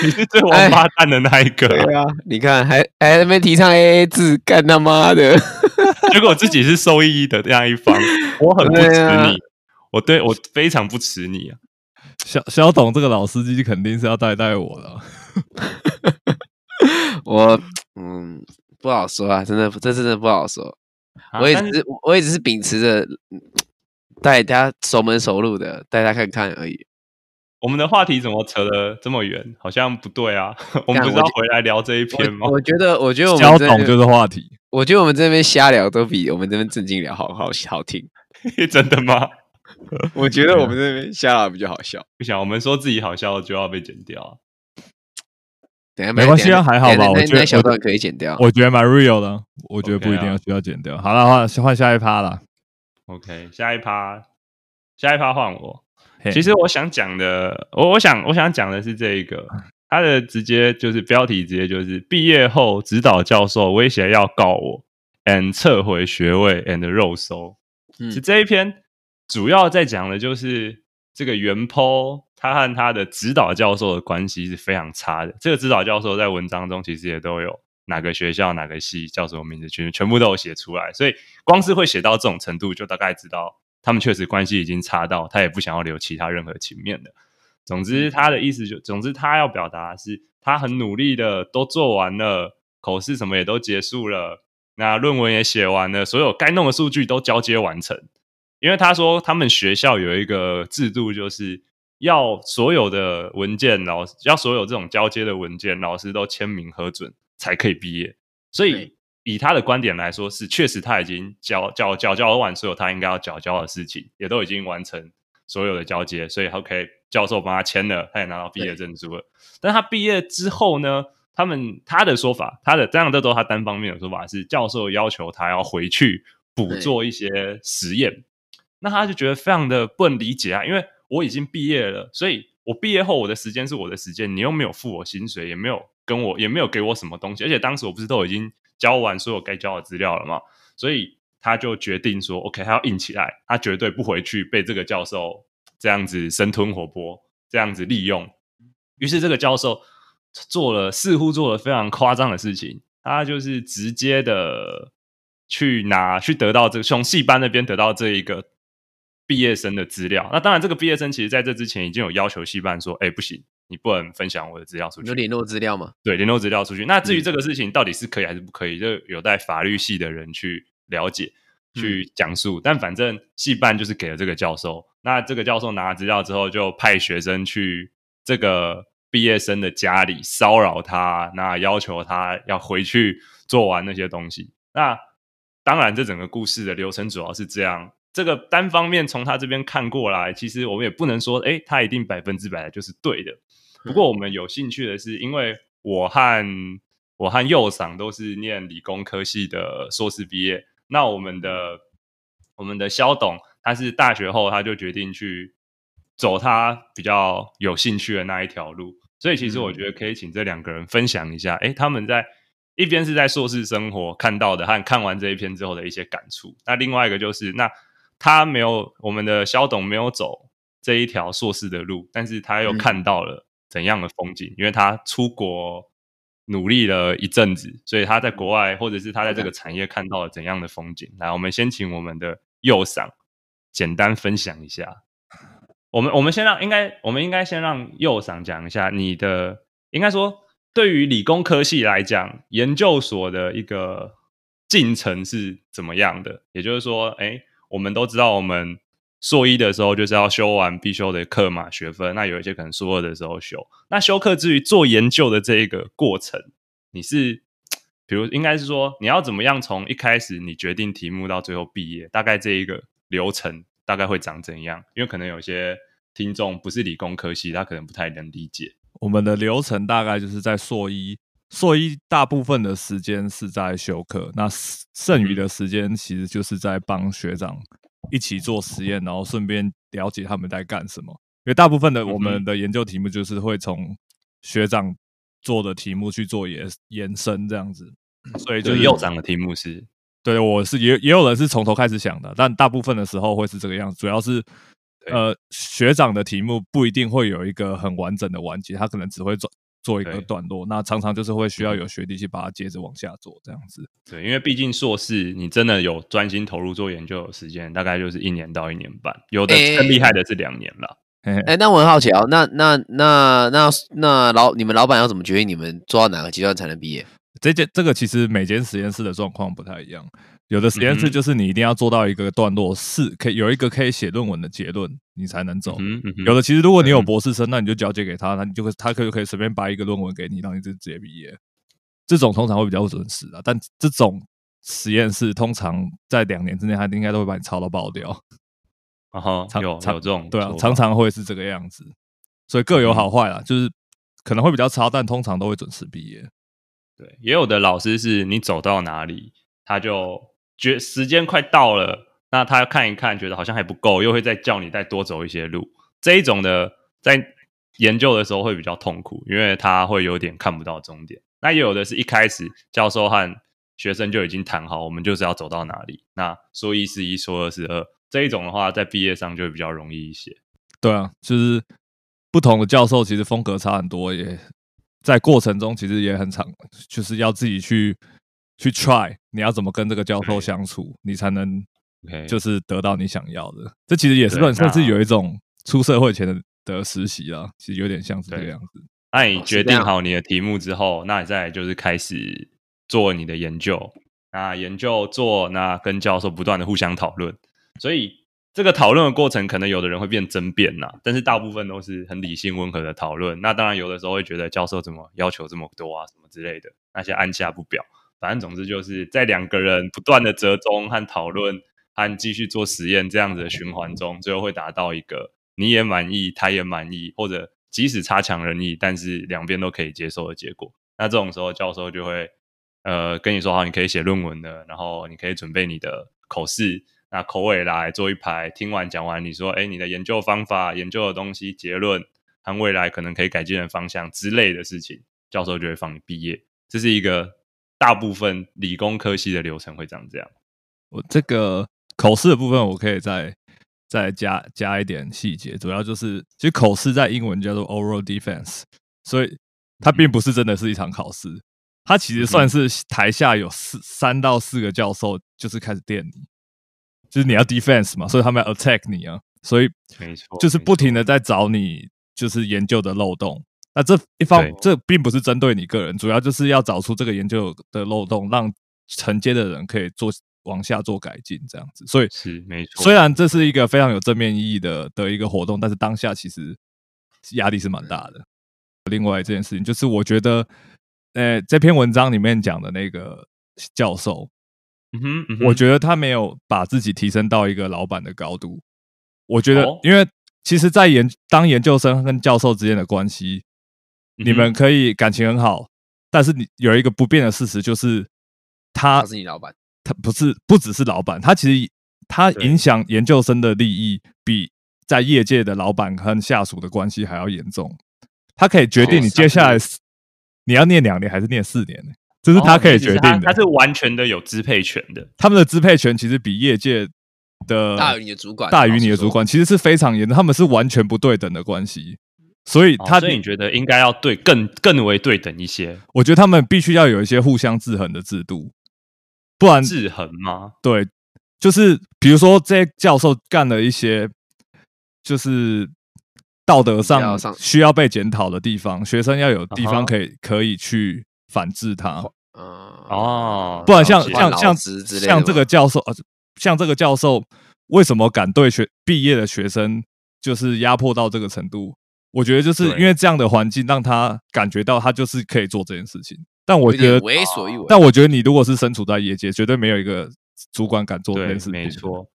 你是最王八蛋的那一个，
对啊，你看还还在那边提倡 AA 制，干他妈的！
结果自己是受益的那一 方。我很不
对啊
耻你，我对我非常不耻你啊！
肖肖董这个老司机肯定是要带带我的，
我嗯不好说啊，真的这真的不好说。
啊
我也
但
只是我也只是秉持着嗯带大家熟门熟路的带大家看看而已。
我们的话题怎么扯得这么远？好像不对啊！我们不是
我
要
觉
回来聊这一篇吗
我？我觉得我觉得我
肖
们
董
这
就是话题。
我觉得我们这边瞎聊都比我们这边正经聊好好好听。
真的吗？
我觉得我们这边瞎聊比较好笑。
不啊想，我们说自己好笑就要被剪掉啊。
等一下
没关系啊
等一下
还好吧
等一下
我
那
觉得
那小
我
段可以剪掉。
我觉得蛮 real 的，我觉得
啊 OK
不一定
啊
要需要剪掉。好了，换换下一趴了。
OK，下一趴，下一趴换我。
嘿
其实我想讲的，我我想我想讲的是这一个，他的直接就是标题，直接就是毕业后指导教授威胁要告我，and 撤回学位 and 肉收。
嗯
是这一篇主要在讲的就是这个原 PO 他和他的指导教授的关系是非常差的。这个指导教授在文章中其实也都有哪个学校、哪个系叫什么名字，全全部都有写出来。所以光是会写到这种程度，就大概知道他们确实关系已经差到他也不想要留其他任何情面了。总之，他的意思就，总之他要表达的是，他很努力的都做完了，口试什么也都结束了，那论文也写完了，所有该弄的数据都交接完成。因为他说他们学校有一个制度，就是要所有的文件老师要所有这种交接的文件老师都签名核准才可以毕业。所
对
以以他的观点来说，是确实他已经交交交交完所有他应该要缴交的事情，也都已经完成所有的交接，所以 OK 教授帮他签了，他也拿到毕业
对
证书了。但他毕业之后呢，他们他的说法，他的这样这都是他单方面的说法是，教授要求他要回去补
对
做一些实验，那他就觉得非常的不能理解啊，因为我已经毕业了，所以我毕业后我的时间是我的时间，你又没有付我薪水，也没有跟我也没有给我什么东西，而且当时我不是都已经交完所有该交的资料了吗？所以他就决定说，OK，他要硬起来，他绝对不回去被这个教授这样子生吞活剥，这样子利用。于是这个教授做了似乎做了非常夸张的事情，他就是直接的去拿去得到这个从戏班那边得到这一个毕业生的资料。那当然，这个毕业生其实在这之前已经有要求戏班说，哎，不行。你不能分享我的资料出
你
去
有，联络资料吗？
对联络资料出去。那至于
嗯
这个事情到底是可以还是不可以，就有待法律系的人去了解、
嗯
去讲述。但反正系办就是给了这个教授，那这个教授拿了资料之后，就派学生去这个毕业生的家里骚扰他，那要求他要回去做完那些东西。那当然，这整个故事的流程主要是这样。这个单方面从他这边看过来，其实我们也不能说，诶，他一定百分之百就是对的。不过我们有兴趣的是，因为我和我和右赏都是念理工科系的硕士毕业，那我们的我们的肖董，他是大学后他就决定去走他比较有兴趣的那一条路，所以其实我觉得可以请这两个人分享一下，诶，他们在一边是在硕士生活看到的和看完这一篇之后的一些感触，那另外一个就是，那他没有我们的肖董没有走这一条硕士的路，但是他又
嗯
看到了怎样的风景，因为他出国努力了一阵子，所以他在国外或者是他在这个产业看到了怎样的风景。来，我们先请我们的右赏简单分享一下。我们我们先让应该我们应该先让右赏讲一下你的，应该说对于理工科系来讲，研究所的一个进程是怎么样的？也就是说，哎，我们都知道我们硕一的时候就是要修完必修的课嘛，学分。那有一些可能硕二的时候修。那修课之余做研究的这一个过程，你是，比如应该是说你要怎么样从一开始你决定题目到最后毕业，大概这一个流程大概会长怎样？因为可能有些听众不是理工科系，他可能不太能理解。
我们的流程大概就是在硕一，硕一大部分的时间是在修课，那剩剩余的时间其实就是在帮学长一起做实验，然后顺便了解他们在干什么。因为大部分的
哼
我们的研究题目就是会从学长做的题目去做延延伸这样子，所以
就
就是
是右长的题目是，
对，我是也也有人是从头开始想的，但大部分的时候会是这个样子。主要是
对
呃，学长的题目不一定会有一个很完整的完结，他可能只会做做一个
对嗯
段落，那常常就是会需要有学弟去把它接着往下做这样子。
对，因为毕竟硕士你真的有专心投入做研究的时间，大概就是一年到一年半，有的
哎
更厉害的是两年了。
哎，那我很好奇哦，那那那那那老你们老板要怎么决定你们做到哪个阶段才能毕业？
这件这个其实每间实验室的状况不太一样，有的实验
嗯
室
哼
就是你一定要做到一个段落是可以有一个可以写论文的结论，你才能走。
嗯哼嗯哼，
哦有的其实，如果你有
嗯
博士生，那你就交接给他，那你就会他可以可以随便掰一个论文给你，让你就直接毕业。这种通常会比较准时的，啊但这种实验室通常在两年之内，他应该都会把你抄到爆掉。
然后
常
有哦有
常
这种
对啊
说，法
常常会是这个样子，所以各有
嗯
好坏啦，就是可能会比较差，但通常都会准时毕业。
对，也有的老师是你走到哪里，他就觉时间快到了，那他看一看，觉得好像还不够，又会再叫你再多走一些路。这一种的在研究的时候会比较痛苦，因为他会有点看不到终点。那也有的是一开始教授和学生就已经谈好，我们就是要走到哪里。那说一是一，说二是二，这一种的话，在毕业上就会比较容易一些。
对啊，就是不同的教授其实风格差很多，也在过程中其实也很长，就是要自己去去 try，你要怎么跟这个教授
对
相处，你才能
OK，
就是得到你想要的。这其实也是
对
算是
那
有一种出社会前的的实习啊，其实有点像是这个
对
样子。
那你
哦是
决
这
定
样
好你的题目之后，那你再来就是开始做你的研究。那研究做，那跟教授不断的互相讨论，所以这个讨论的过程，可能有的人会变争辩呐、但是大部分都是很理性温和的讨论。那当然，有的时候会觉得教授怎么要求这么多啊，什么之类的，那些按下不表。反正总之就是在两个人不断的折中和讨论和继续做实验这样子的循环中，最后会达到一个你也满意，他也满意，或者即使差强人意，但是两边都可以接受的结果。那这种时候，教授就会呃跟你说，好，你可以写论文的，然后你可以准备你的口试，那口尾来做一排，听完讲完，你说，哎，你的研究方法、研究的东西、结论和未来可能可以改进的方向之类的事情，教授就会放你毕业。这是一个大部分理工科系的流程会长这样。
我这个口试的部分，我可以再再加加一点细节，主要就是其实口试在英文叫做 oral defense，所以它并不是真的是一场考试，它其实算是台下有四三到四个教授就是开始电你，就是你要 defense 嘛，所以他们要 attack 你啊，所以
没错
就是
没
不
错
停的在找你就是研究的漏洞。那这一方
对
这并不是针对你个人，主要就是要找出这个研究的漏洞，让承接的人可以做往下做改进，这样子。所以
是没错，
虽然这是一个非常有正面意义的的一个活动，但是当下其实压力是蛮大的。另外这件事情就是，我觉得，呃，这篇文章里面讲的那个教授，
嗯哼，嗯哼
我觉得他没有把自己提升到一个老板的高度。我觉得
哦，
因为其实，在研当研究生跟教授之间的关系，
嗯哼
你们可以感情很好，但是你有一个不变的事实，就是他
他是你老板，
他不是不只是老板，他其实他
对
影响研究生的利益比在业界的老板和下属的关系还要严重。他可以决定
哦
你
是啊
接下来是你要念两年还是念四年呢、这是
哦
他可以
你的意思
决
是
定
他
的。
他是完全的有支配权的。
他们的支配权其实比业界的
大于你的主管
呃大于你的主管，其实是非常严重，他们是完全不对等的关系。所以
哦
他，
所以你觉得应该要对更更为对等一些
我觉得他们必须要有一些互相制衡的制度，不然
制衡吗？
对，就是比如说这些教授干了一些就是道德
比
上
较上
需要被检讨的地方，学生要有地
啊哈
方可以、可以去反制他，
嗯
哦
不然
了
像
解
像
换
像
哦老师之类的
像这
吗
个教授，呃，像这个教授，为什么敢对学毕业的学生就是压迫到这个程度？我觉得就是
对
因为这样的环境让他感觉到他就是可以做这件事情。但我
有
觉
点
得
为所欲为。
但我觉得你如果是身处在业界，绝对没有一个主管敢做这
对
件事，情。
没，错。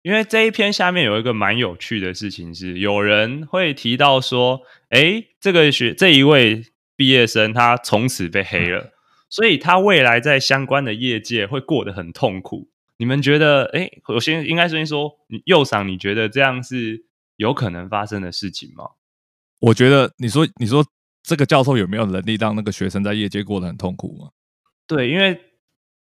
因为这一篇下面有一个蛮有趣的事情是，有人会提到说，哎，这个学这一位毕业生他从此被
嗯
黑了，所以他未来在相关的业界会过得很痛苦。你们觉得，哎，我先应该先说，你右赏，你觉得这样是有可能发生的事情吗？
我觉得你说你说这个教授有没有能力让那个学生在业界过得很痛苦吗？
对，因为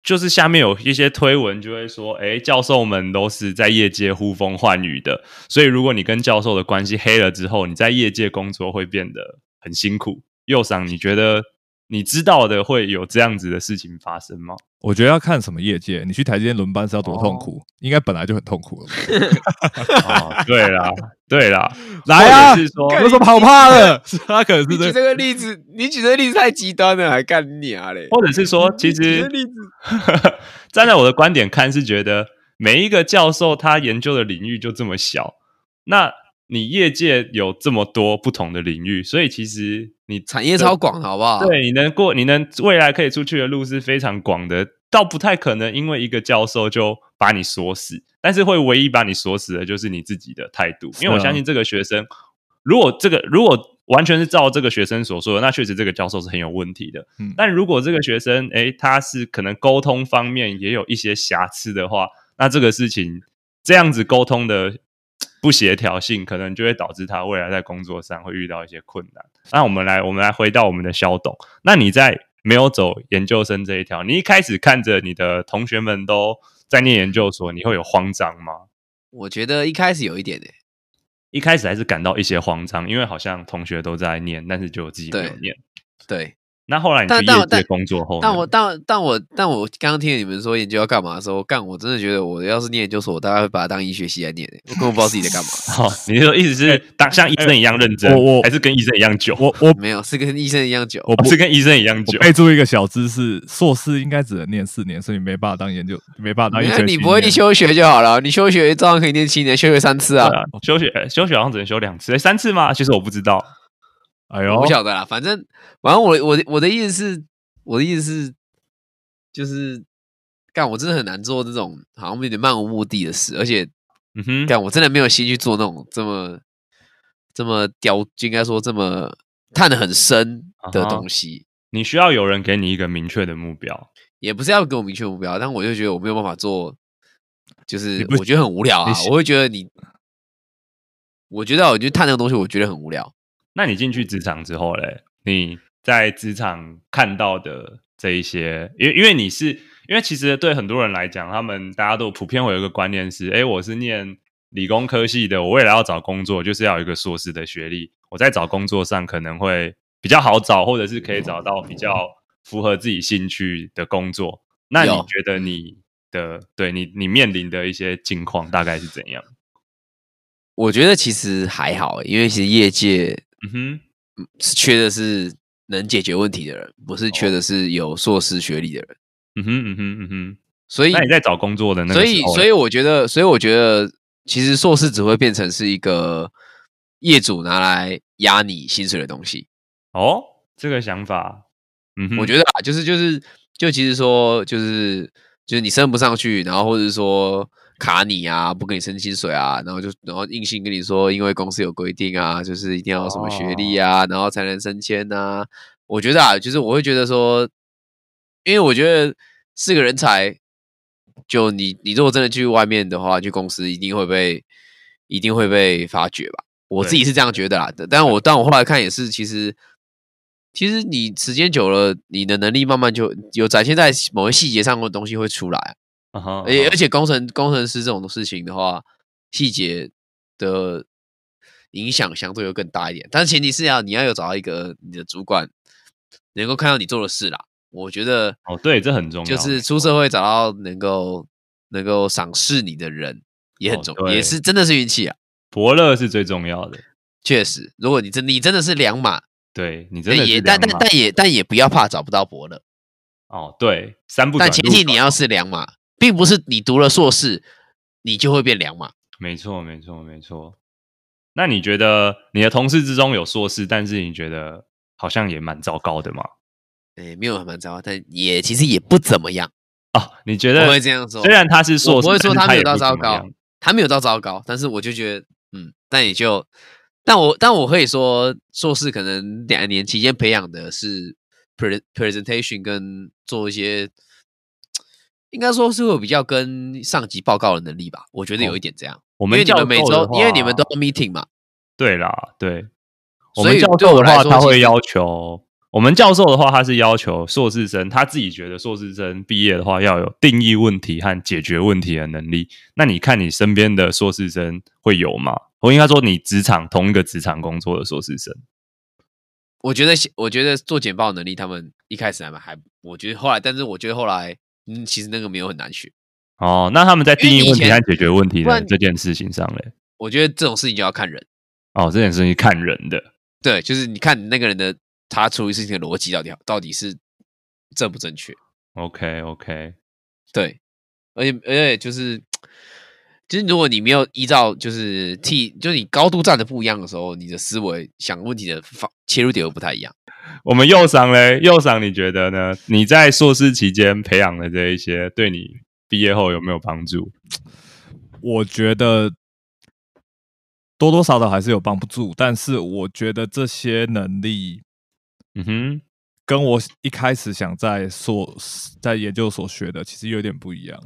就是下面有一些推文就会说，哎，教授们都是在业界呼风唤雨的，所以如果你跟教授的关系黑了之后，你在业界工作会变得很辛苦。右赏，你觉得你知道的会有这样子的事情发生吗？
我觉得要看什么业界，你去台积电轮班是要多
哦
痛苦，应该本来就很痛苦了吧。
哦，对啦，对啦，
来啊
或者是说，
有什么好怕的？他可能
你
是
举
这
这个例子，你举这个例子太极端了，还干你啊嘞！
或者是
哦
说，其
举这
实
个例子
站在我的观点看，是觉得每一个教授他研究的领域就这么小，那你业界有这么多不同的领域，所以其实你
产业超广的，好不好？
对你能过，你能未来可以出去的路是非常广的，倒不太可能因为一个教授就把你锁死，但是会唯一把你锁死的就是你自己的态度，因为我
是啊
相信这个学生，如果这个如果完全是照这个学生所说的，那确实这个教授是很有问题的。
嗯
但如果这个学生，诶，他是可能沟通方面也有一些瑕疵的话，那这个事情这样子沟通的不协调性，可能就会导致他未来在工作上会遇到一些困难。那我们来，我们来回到我们的肖董，那你在没有走研究生这一条，你一开始看着你的同学们都在念研究所，你会有慌张吗？
我觉得一开始有一点诶、
一开始还是感到一些慌张，因为好像同学都在念，但是就我自己没有
对
念。
对，
那后来你去
但但
业界
但
工作后呢，
但我但但我但我刚刚听你们说研究要干嘛的时候，干我真的觉得我要是念研究所，我大概会把它当医学系来念、欸，我根本不知道自己在干嘛。
好、哦你的意思是当像医生一样认真，
我我
还是跟医生一样久？
我我
没有，是跟医生一样久。
我
哦
不
是跟医生一样
我
久？
备注一个小知识，硕士应该只能念四年，所以没办法当研究，没办法当
没
研
有
究。
哎你不会去休学就好了，你休学照样可以念七年，休学三次啊
对。啊，休学呃休学好像只能休两次，诶三次吗？其实我不知道。
哎
我
呦
不，晓得啦，反正反正我我的我的意思是，我的意思是，就是干我真的很难做这种好像有点漫无目的的事，而且
嗯哼，
干我真的没有心去做那种这么这么雕，就应该说这么探得很深的
啊哈
东西。
你需要有人给你一个明确的目标。
也不是要给我明确目标，但我就觉得我没有办法做，就是
不
我觉得很无聊啊
你，是
我会觉得你，我觉得啊我就探那个东西，我觉得很无聊。
那你进去职场之后嘞，你在职场看到的这一些，因为因为你是因为其实对很多人来讲，他们大家都普遍会有一个观念是，哎，我是念理工科系的，我未来要找工作就是要有一个硕士的学历，我在找工作上可能会比较好找，或者是可以找到比较符合自己兴趣的工作。那你
有
觉得你的对你你面临的一些境况大概是怎样？
我觉得其实还好欸，因为其实业界
嗯哼，
嗯是缺的是能解决问题的人，不是缺
哦
的是有硕士学历的人。
嗯哼，嗯哼，嗯哼。
所以
那，你在找工作的那个
所
时候嘞，欸
以，所以我觉得，所以我觉得，其实硕士只会变成是一个业主拿来压你薪水的东西。
哦，这个想法，嗯哼，
我觉得啊，就是就是就其实说就是就是你升不上去，然后或者是说卡你啊，不给你升薪水啊，然后就然后硬性跟你说，因为公司有规定啊，就是一定要有什么
哦
学历啊，然后才能升迁啊。我觉得啊，就是我会觉得说，因为我觉得是个人才，就你你如果真的去外面的话，去公司一定会被一定会被发觉吧。我
对
自己是这样觉得啦，但但我但我后来看也是，其实其实你时间久了，你的能力慢慢就有展现在某些细节上的东西会出来
啊
啊。
哈，啊哈
而且而且工程工程师这种事情的话，细节的影响相对又更大一点。但前提是要你要有找到一个你的主管能够看到你做的事啦。我觉得
哦，对，这很重要，
就是出社会找到能够能够赏识你的人也很
哦
重
对
也是真的是运气啊。
伯乐是最重要的。
确实，如果你真你真的是两码，
对你真的
但
是
也
两
但但
码
但也但也不要怕找不到伯乐，
哦，对，三不
但
转
前
路
提
转嗯
你要是两码，并不是你读了硕士，你就会变凉嘛。
没错，没错，没错。那你觉得你的同事之中有硕士，但是你觉得好像也蛮糟糕的吗？
哎，没有很蛮糟，但也其实也不怎么样。
哦，你觉
我
得
会这样说，
虽然他是硕士，
我不会说
但是
没有
也
到
不怎
糟
么样
糕，他没有到糟糕，但是我就觉得，嗯，但也就，但我但我可以说，硕士可能两年期间培养的是 pre presentation 跟做一些，应该说是会比较跟上级报告的能力吧，我觉得有一点这样，
哦我
因为
们
你
教
们每
授的
周，因为你们
话
都要 meeting 嘛，
对啦，对。我
所
们
以
教
对
授
我
的
来
话，
说
他
其
会
实
要求我们教授的话，他是要求硕士生他自己觉得硕士生毕业的话要有定义问题和解决问题的能力。那你看你身边的硕士生会有吗？我应该说你职场同一个职场工作的硕士生，
我觉得写我觉得做简报的能力，他们一开始还蛮还，我觉得后来，但是我觉得后来，嗯，其实那个没有很难学。
哦，那他们在
因为
定义
你以
问题
前
和解决问题
不
的
然
这件事情上嘞，
我觉得这种事情就要看人，
哦，这件事情看人的，
对，就是你看你那个人的他处理事情的逻辑到底到底是正不正确，
OK OK，
对，而且而且就是，就是如果你没有依照就是替就是你高度站的不一样的时候，你的思维想问题的方切入点又不太一样。
我们右赏嘞，右赏你觉得呢？你在硕士期间培养的这一些，对你毕业后有没有帮助？
我觉得多多少少还是有帮助，但是我觉得这些能力
嗯哼，
跟我一开始想在所在研究所学的其实有点不一样。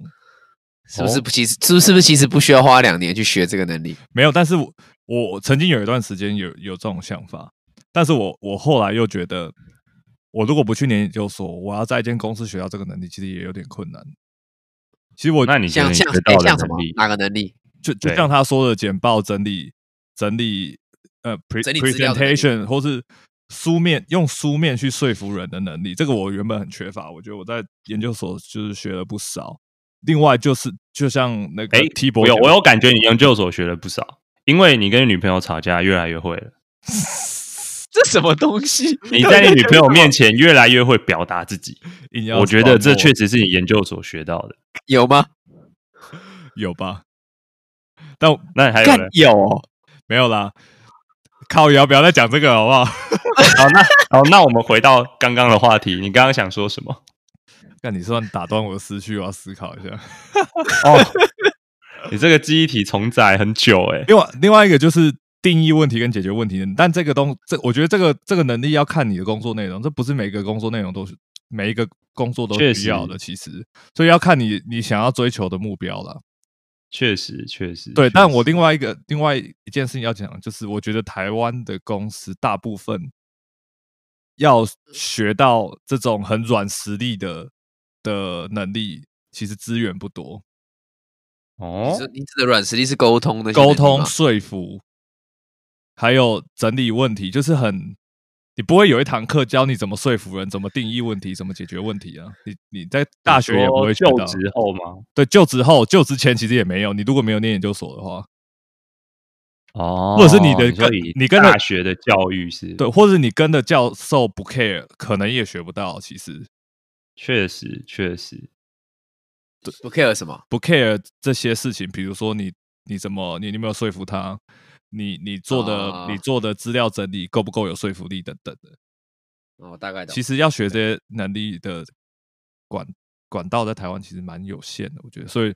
是
哦
不是不其实是不是不是其实不需要花两年去学这个能力？
没有，但是我我曾经有一段时间有有这种想法，但是我我后来又觉得，我如果不去念研究所，我要在一间公司学到这个能力，其实也有点困难。其实我
那你觉得
像
你
像
学
哎
到的
像什么
能力？
哪个能力？
就就
对
像他说的，简报整理、整理呃 pre
整理资料的能力
presentation 或是书面用书面去说服人的能力，这个我原本很缺乏，我觉得我在研究所就是学了不少。另外就是就像那个
哎
T 博
我有
讲的
我有感觉你研究所学了不少，因为你跟女朋友吵架越来越会了，
这什么东西？
你在你女 朋友面前越来越会表达自己。
硬要
我觉得这
转
确
播
实是你研究所学到的。
有吗？
有吧，但我
那还有
干
呢？
有哦、
没有啦。靠腰，不要再讲这个好不 好？
好，那好，那我们回到刚刚的话题，你刚刚想说什么？
但你算打断我的思绪，我要思考一下。
哦， 你这个记忆体重载很久哎、
另外另外一个就是定义问题跟解决问题，但这个东这我觉得这个这个能力要看你的工作内容，这不是每个工作内容都是每一个工作都
确
需要的，
实
其实所以要看你你想要追求的目标啦。
确实确实。
对，
确
但我
实
另外一个另外一件事情要讲，就是我觉得台湾的公司大部分要学到这种很软实力的的能力，其实资源不多，
哦
你，说你指的软实力是沟通的
沟通、说服，还有整理问题，就是很，你不会有一堂课教你怎么说服人，怎么定义问题，怎么解决问题啊？你你在大学也不会学
就
到。
职后吗？
对，就职后、就职前其实也没有。你如果没有念研究所的话，
哦
或者是你的
说
跟
以
你跟着
大学的教育是
对，，或者你跟的教授不 care，可能也学不到。其实
确实确实，
不 care 什么？
不 care 这些事情，比如说你你怎么你你有没有说服他，你你做的、
啊
你做的资料整理够不够有说服力等等的。
哦，大概懂。
其实要学这些能力的管管道，在台湾其实蛮有限的，我觉得。所以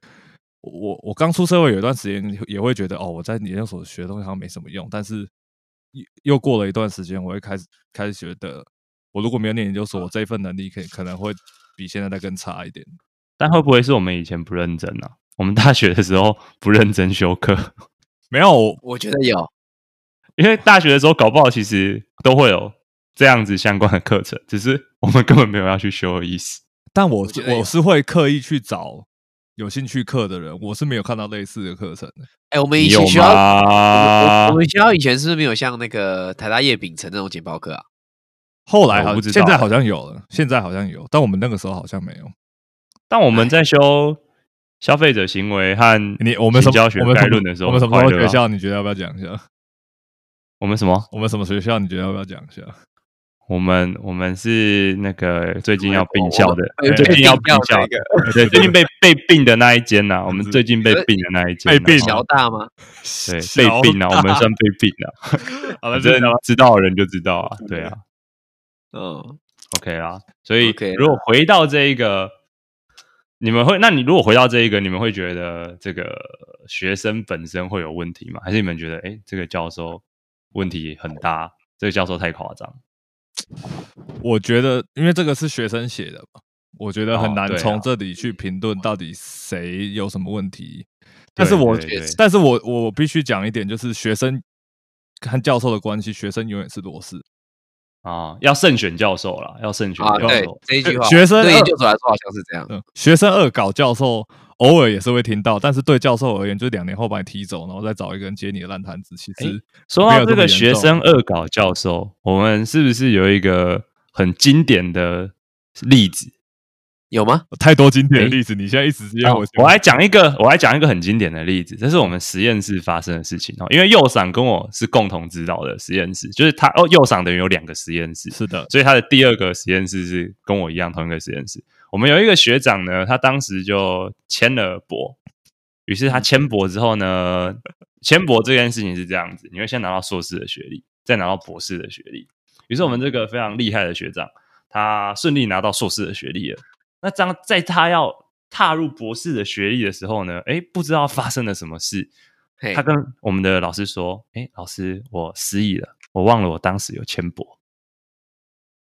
我，我我刚出社会有一段时间，也会觉得哦，我在研究所学的东西好像没什么用。但是又又过了一段时间，我会开始开始觉得，我如果没有念研究所，我这一份能力可可能会比现在再更差一点。
但会不会是我们以前不认真啊？我们大学的时候不认真修课，
没有，我
我觉得有，
因为大学的时候搞不好其实都会有这样子相关的课程，只是我们根本没有要去修的意思。
但我是
觉得
我
有
是会刻意去找有兴趣课的人，我是没有看到类似的课程的。
哎、我们
你
以
有
前学校，我
吗
我？们学校以前是不是没有像那个台大叶秉承那种简报课啊？
后来好
我不知
像，现在
道
好像有了，现在好像有，但我们那个时候好像没有。
但我们在修消费者行为和
你我们
行
什么
教学
我们
概
什么
论的时候
我
很
们
快
什
乐啊，
么学校？你觉得要不要讲一下？
我们什么？
我们什么学校？你觉得要不要讲一下？
我们我们是那个最近要
我
并校的，
我
最近要并校
那
的，
个
对，最近被被并的那一间呐，我们最近被并的那一间
被
呐，
并
哦
小大吗？
对
小
被并了，
大
我们算被并了，
好了，
反
这
正
个
知道的人就知道啊，对啊
嗯，
，OK 啦，所以
OK 啦
如果回到这一个，你们会，那你如果回到这一个，你们会觉得这个学生本身会有问题吗？还是你们觉得，哎，这个教授问题很大，这个教授太夸张？
我觉得，因为这个是学生写的嘛，我觉得很
哦
难
对啊
从这里去评论到底谁有什么问题。但是
对
我
对对
但是我我必须讲一点，就是学生和教授的关系，学生永远是弱势。
啊，要慎选教授啦，要慎选
啊，
教
对
授。
这一句话，
学生
对研究所来说好像是这样。
嗯，学生恶搞教授，偶尔也是会听到，但是对教授而言，就是两年后把你踢走，然后再找一个人接你的烂摊子。其实
说
没
到
有
这
这么
个
严
学
重
生恶搞教授，我们是不是有一个很经典的例子？
有吗？
太多经典的例子，你现在一直接
啊
我，
我来讲一个，我来讲一个很经典的例子，这是我们实验室发生的事情哦。因为右赏跟我是共同指导的实验室，就是他哦，右赏等于有两个实验室，
是的，
所以他的第二个实验室是跟我一样同一个实验室。我们有一个学长呢，他当时就签了博，于是他签博之后呢，签博这件事情是这样子：你会先拿到硕士的学历，再拿到博士的学历。于是我们这个非常厉害的学长，他顺利拿到硕士的学历了。那当在他要踏入博士的学历的时候呢，诶，不知道发生了什么事，
嘿
他，跟我们的老师说：“诶，老师，我失忆了，我忘了我当时有签博。”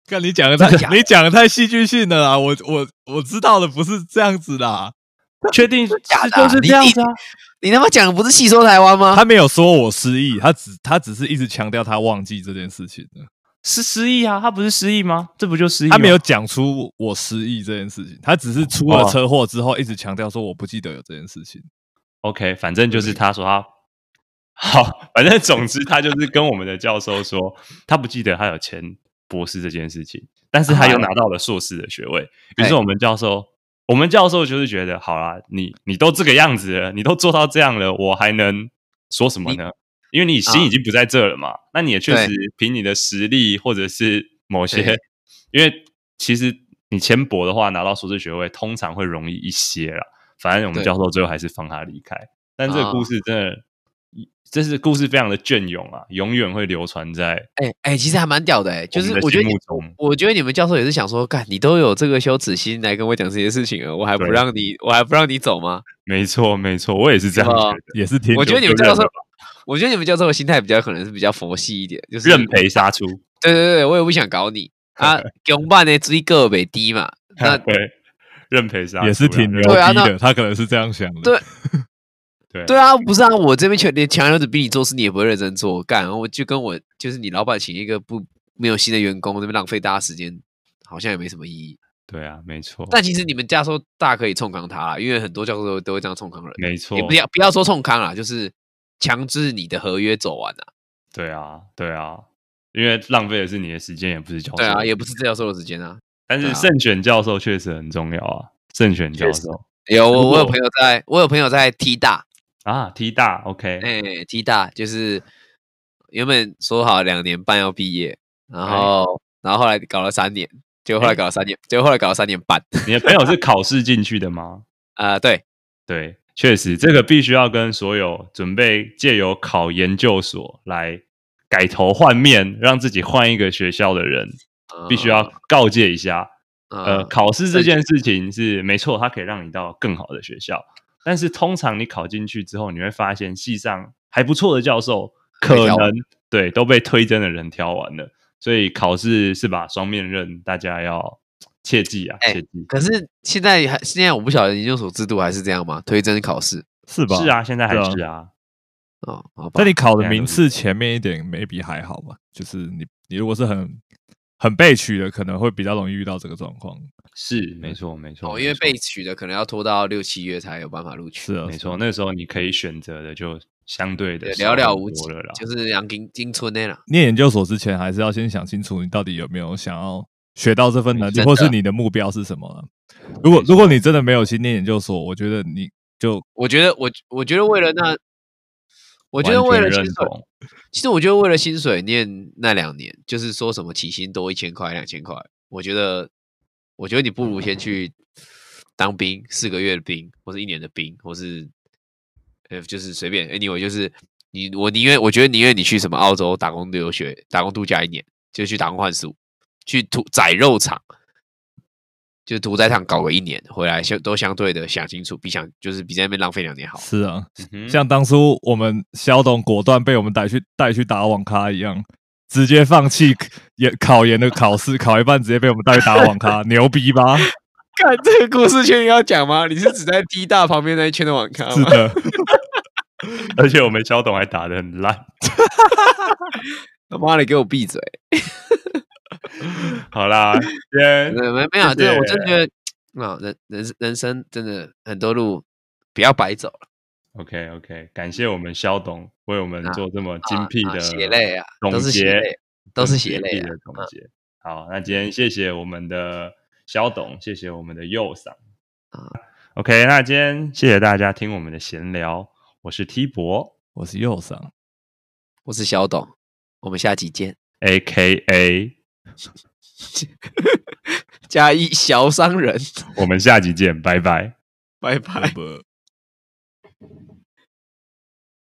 看你讲的太
真的假的
你讲的太戏剧性了啦！我我我知道的不是这样子啦，
确定是
假的
就
啊
是这样子啊？
你他妈讲的不是戏说台湾吗？
他没有说我失忆，他只他只是一直强调他忘记这件事情的，
是失忆啊，他不是失忆吗？这不就失忆吗？
他没有讲出我失忆这件事情，他只是出
哦
了车祸之后一直强调说我不记得有这件事情。
OK，反正就是他说他好，反正总之他就是跟我们的教授说，他不记得他有签博士这件事情，但是他又拿到了硕士的学位。于是我们教授，我们教授就是觉得，好啦，你你都这个样子了，你都做到这样了，我还能说什么呢？因为你心已经不在这了嘛，那你也确实凭你的实力或者是某些
对，
因为其实你签博的话，拿到硕士学位通常会容易一些啦。反正我们
对
教授最后还是放他离开。但这个
啊
故事真的，这是故事非常的隽永啊，永远会流传在。
哎哎，其实还蛮屌的哎，就是
我们的
我觉得你
心目中，
我觉得你们教授也是想说，干你都有这个羞耻心来跟我讲这些事情了，我还不
对
让你，我还不让你走吗？
没错，没错，我也是这样
是
觉
吧
得。
也是挺，
我觉得你们
就
教
认
授
了吧，
我觉得你们教授的心态比较可能是比较佛系一点，就是
认赔杀出，
对对对，我也不想 搞你啊，公办呢追个北低嘛， 那
对，认赔杀出
也是挺
啦
牛逼
对啊
的，
那
他可能是这样想的。
对
对
对啊，不是啊，我这边全连强留子逼你做事，你也不会认真做，干我就跟我就是你老板请一个不没有新的员工，那边浪费大家时间，好像也没什么意义。
对啊，没错，
但其实你们教授大可以冲康他啦，因为很多教授都都会这样冲康人，
没错
也，不要不要说冲康啦，就是强制你的合约走完啦。
对啊，对啊，因为浪费的是你的时间，也哦不是教授。
对啊，也不是这教授的时间啊。
但是
对啊
慎选教授确实很重要啊，慎选教
确实
授
有
哎如
我我有
果
朋友在，我有朋友在 T 大，
啊，T 大 OK，
哎、t 大就是原本说好两年半要毕业，然
哎
后然后后来搞了三年，结果后来搞了三年，结果后来搞了三年半。
你的朋友是考试进去的吗？
啊、对，
对，确实，这个必须要跟所有准备借由考研究所来改头换面，让自己换一个学校的人，
嗯
必须要告诫一下。
呃
呃，考试这
正确
件事情是没错，它可以让你到更好的学校，但是通常你考进去之后，你会发现系上还不错的教授，可
被挑
能对都被推甄的人挑完了，所以考试是把双面刃，大家要切记啊，
哎
切记。
可是现在还现在我不晓得研究所制度还是这样吗？推甄考试
是吧？
是。啊，现在还
对啊
是啊，
哦，好
在。
吧
你考的
现在都
名
是
次前面一点，maybe 还好吧。就是你你如果是很很被取的，可能会比较容易遇到这个状况。
是没错，没错。
哦，因为
没错
被取的可能要拖到六七月才有办法录取
是，啊，
没
是啊
错，那时候你可以选择的就相对的
对，
少很
寥寥无
多
几
了啦，。
就是杨金金春那啦。
念研究所之前，还是要先想清楚你到底有没有想要学到这份能力，
哎真的
或是你的目标是什么了。如果如果你真的没有去念研究所，我觉得你就
我觉得我我觉得为了那，我觉得为
完
了
全
薪
认
水，
同，
其实我觉得为了薪水念那两年，就是说什么起薪多一千块、两千块，我觉得，我觉得你不如先去当兵，四个月的兵，或是一年的兵，或是呃，就是随便，anyway，就是你我宁愿我觉得宁愿你去什么澳洲打工留学、打工度假一年，就去打工换宿，去屠宰肉场。就是屠宰场搞个一年，回来相都相对的想清楚，比想就是比在那边浪费两年好。
是啊，
嗯哼
像当初我们肖董果断被我们带去带去打网咖一样，直接放弃研考研的考试，考一半直接被我们带去打网 咖，牛逼吧？
看这个故事确定要讲吗？你是指在 D 大旁边那一圈的网咖
是
吗？
的，
而且我们肖董还打得很烂。
他妈的，给我闭嘴！
好啦，今 天
没没没有，
谢
真的，我
谢
真的觉得啊，人人人生真的很多路不要白走了，
OK OK，感谢我们肖董为我们
啊
做这么
啊
精辟
啊
的
血泪啊，
总
都是血
结
泪，都是
很
血
精
泪
辟
啊
的总结。好，那今天谢谢我们的肖董，谢谢我们的右嗓。
啊
OK，那今天谢谢大家听我们的闲聊，我是 T 博
我是右上，
我是小董，我们下集见。
，AKA，
加一小商人，
我们下集见，拜拜。
拜拜。
不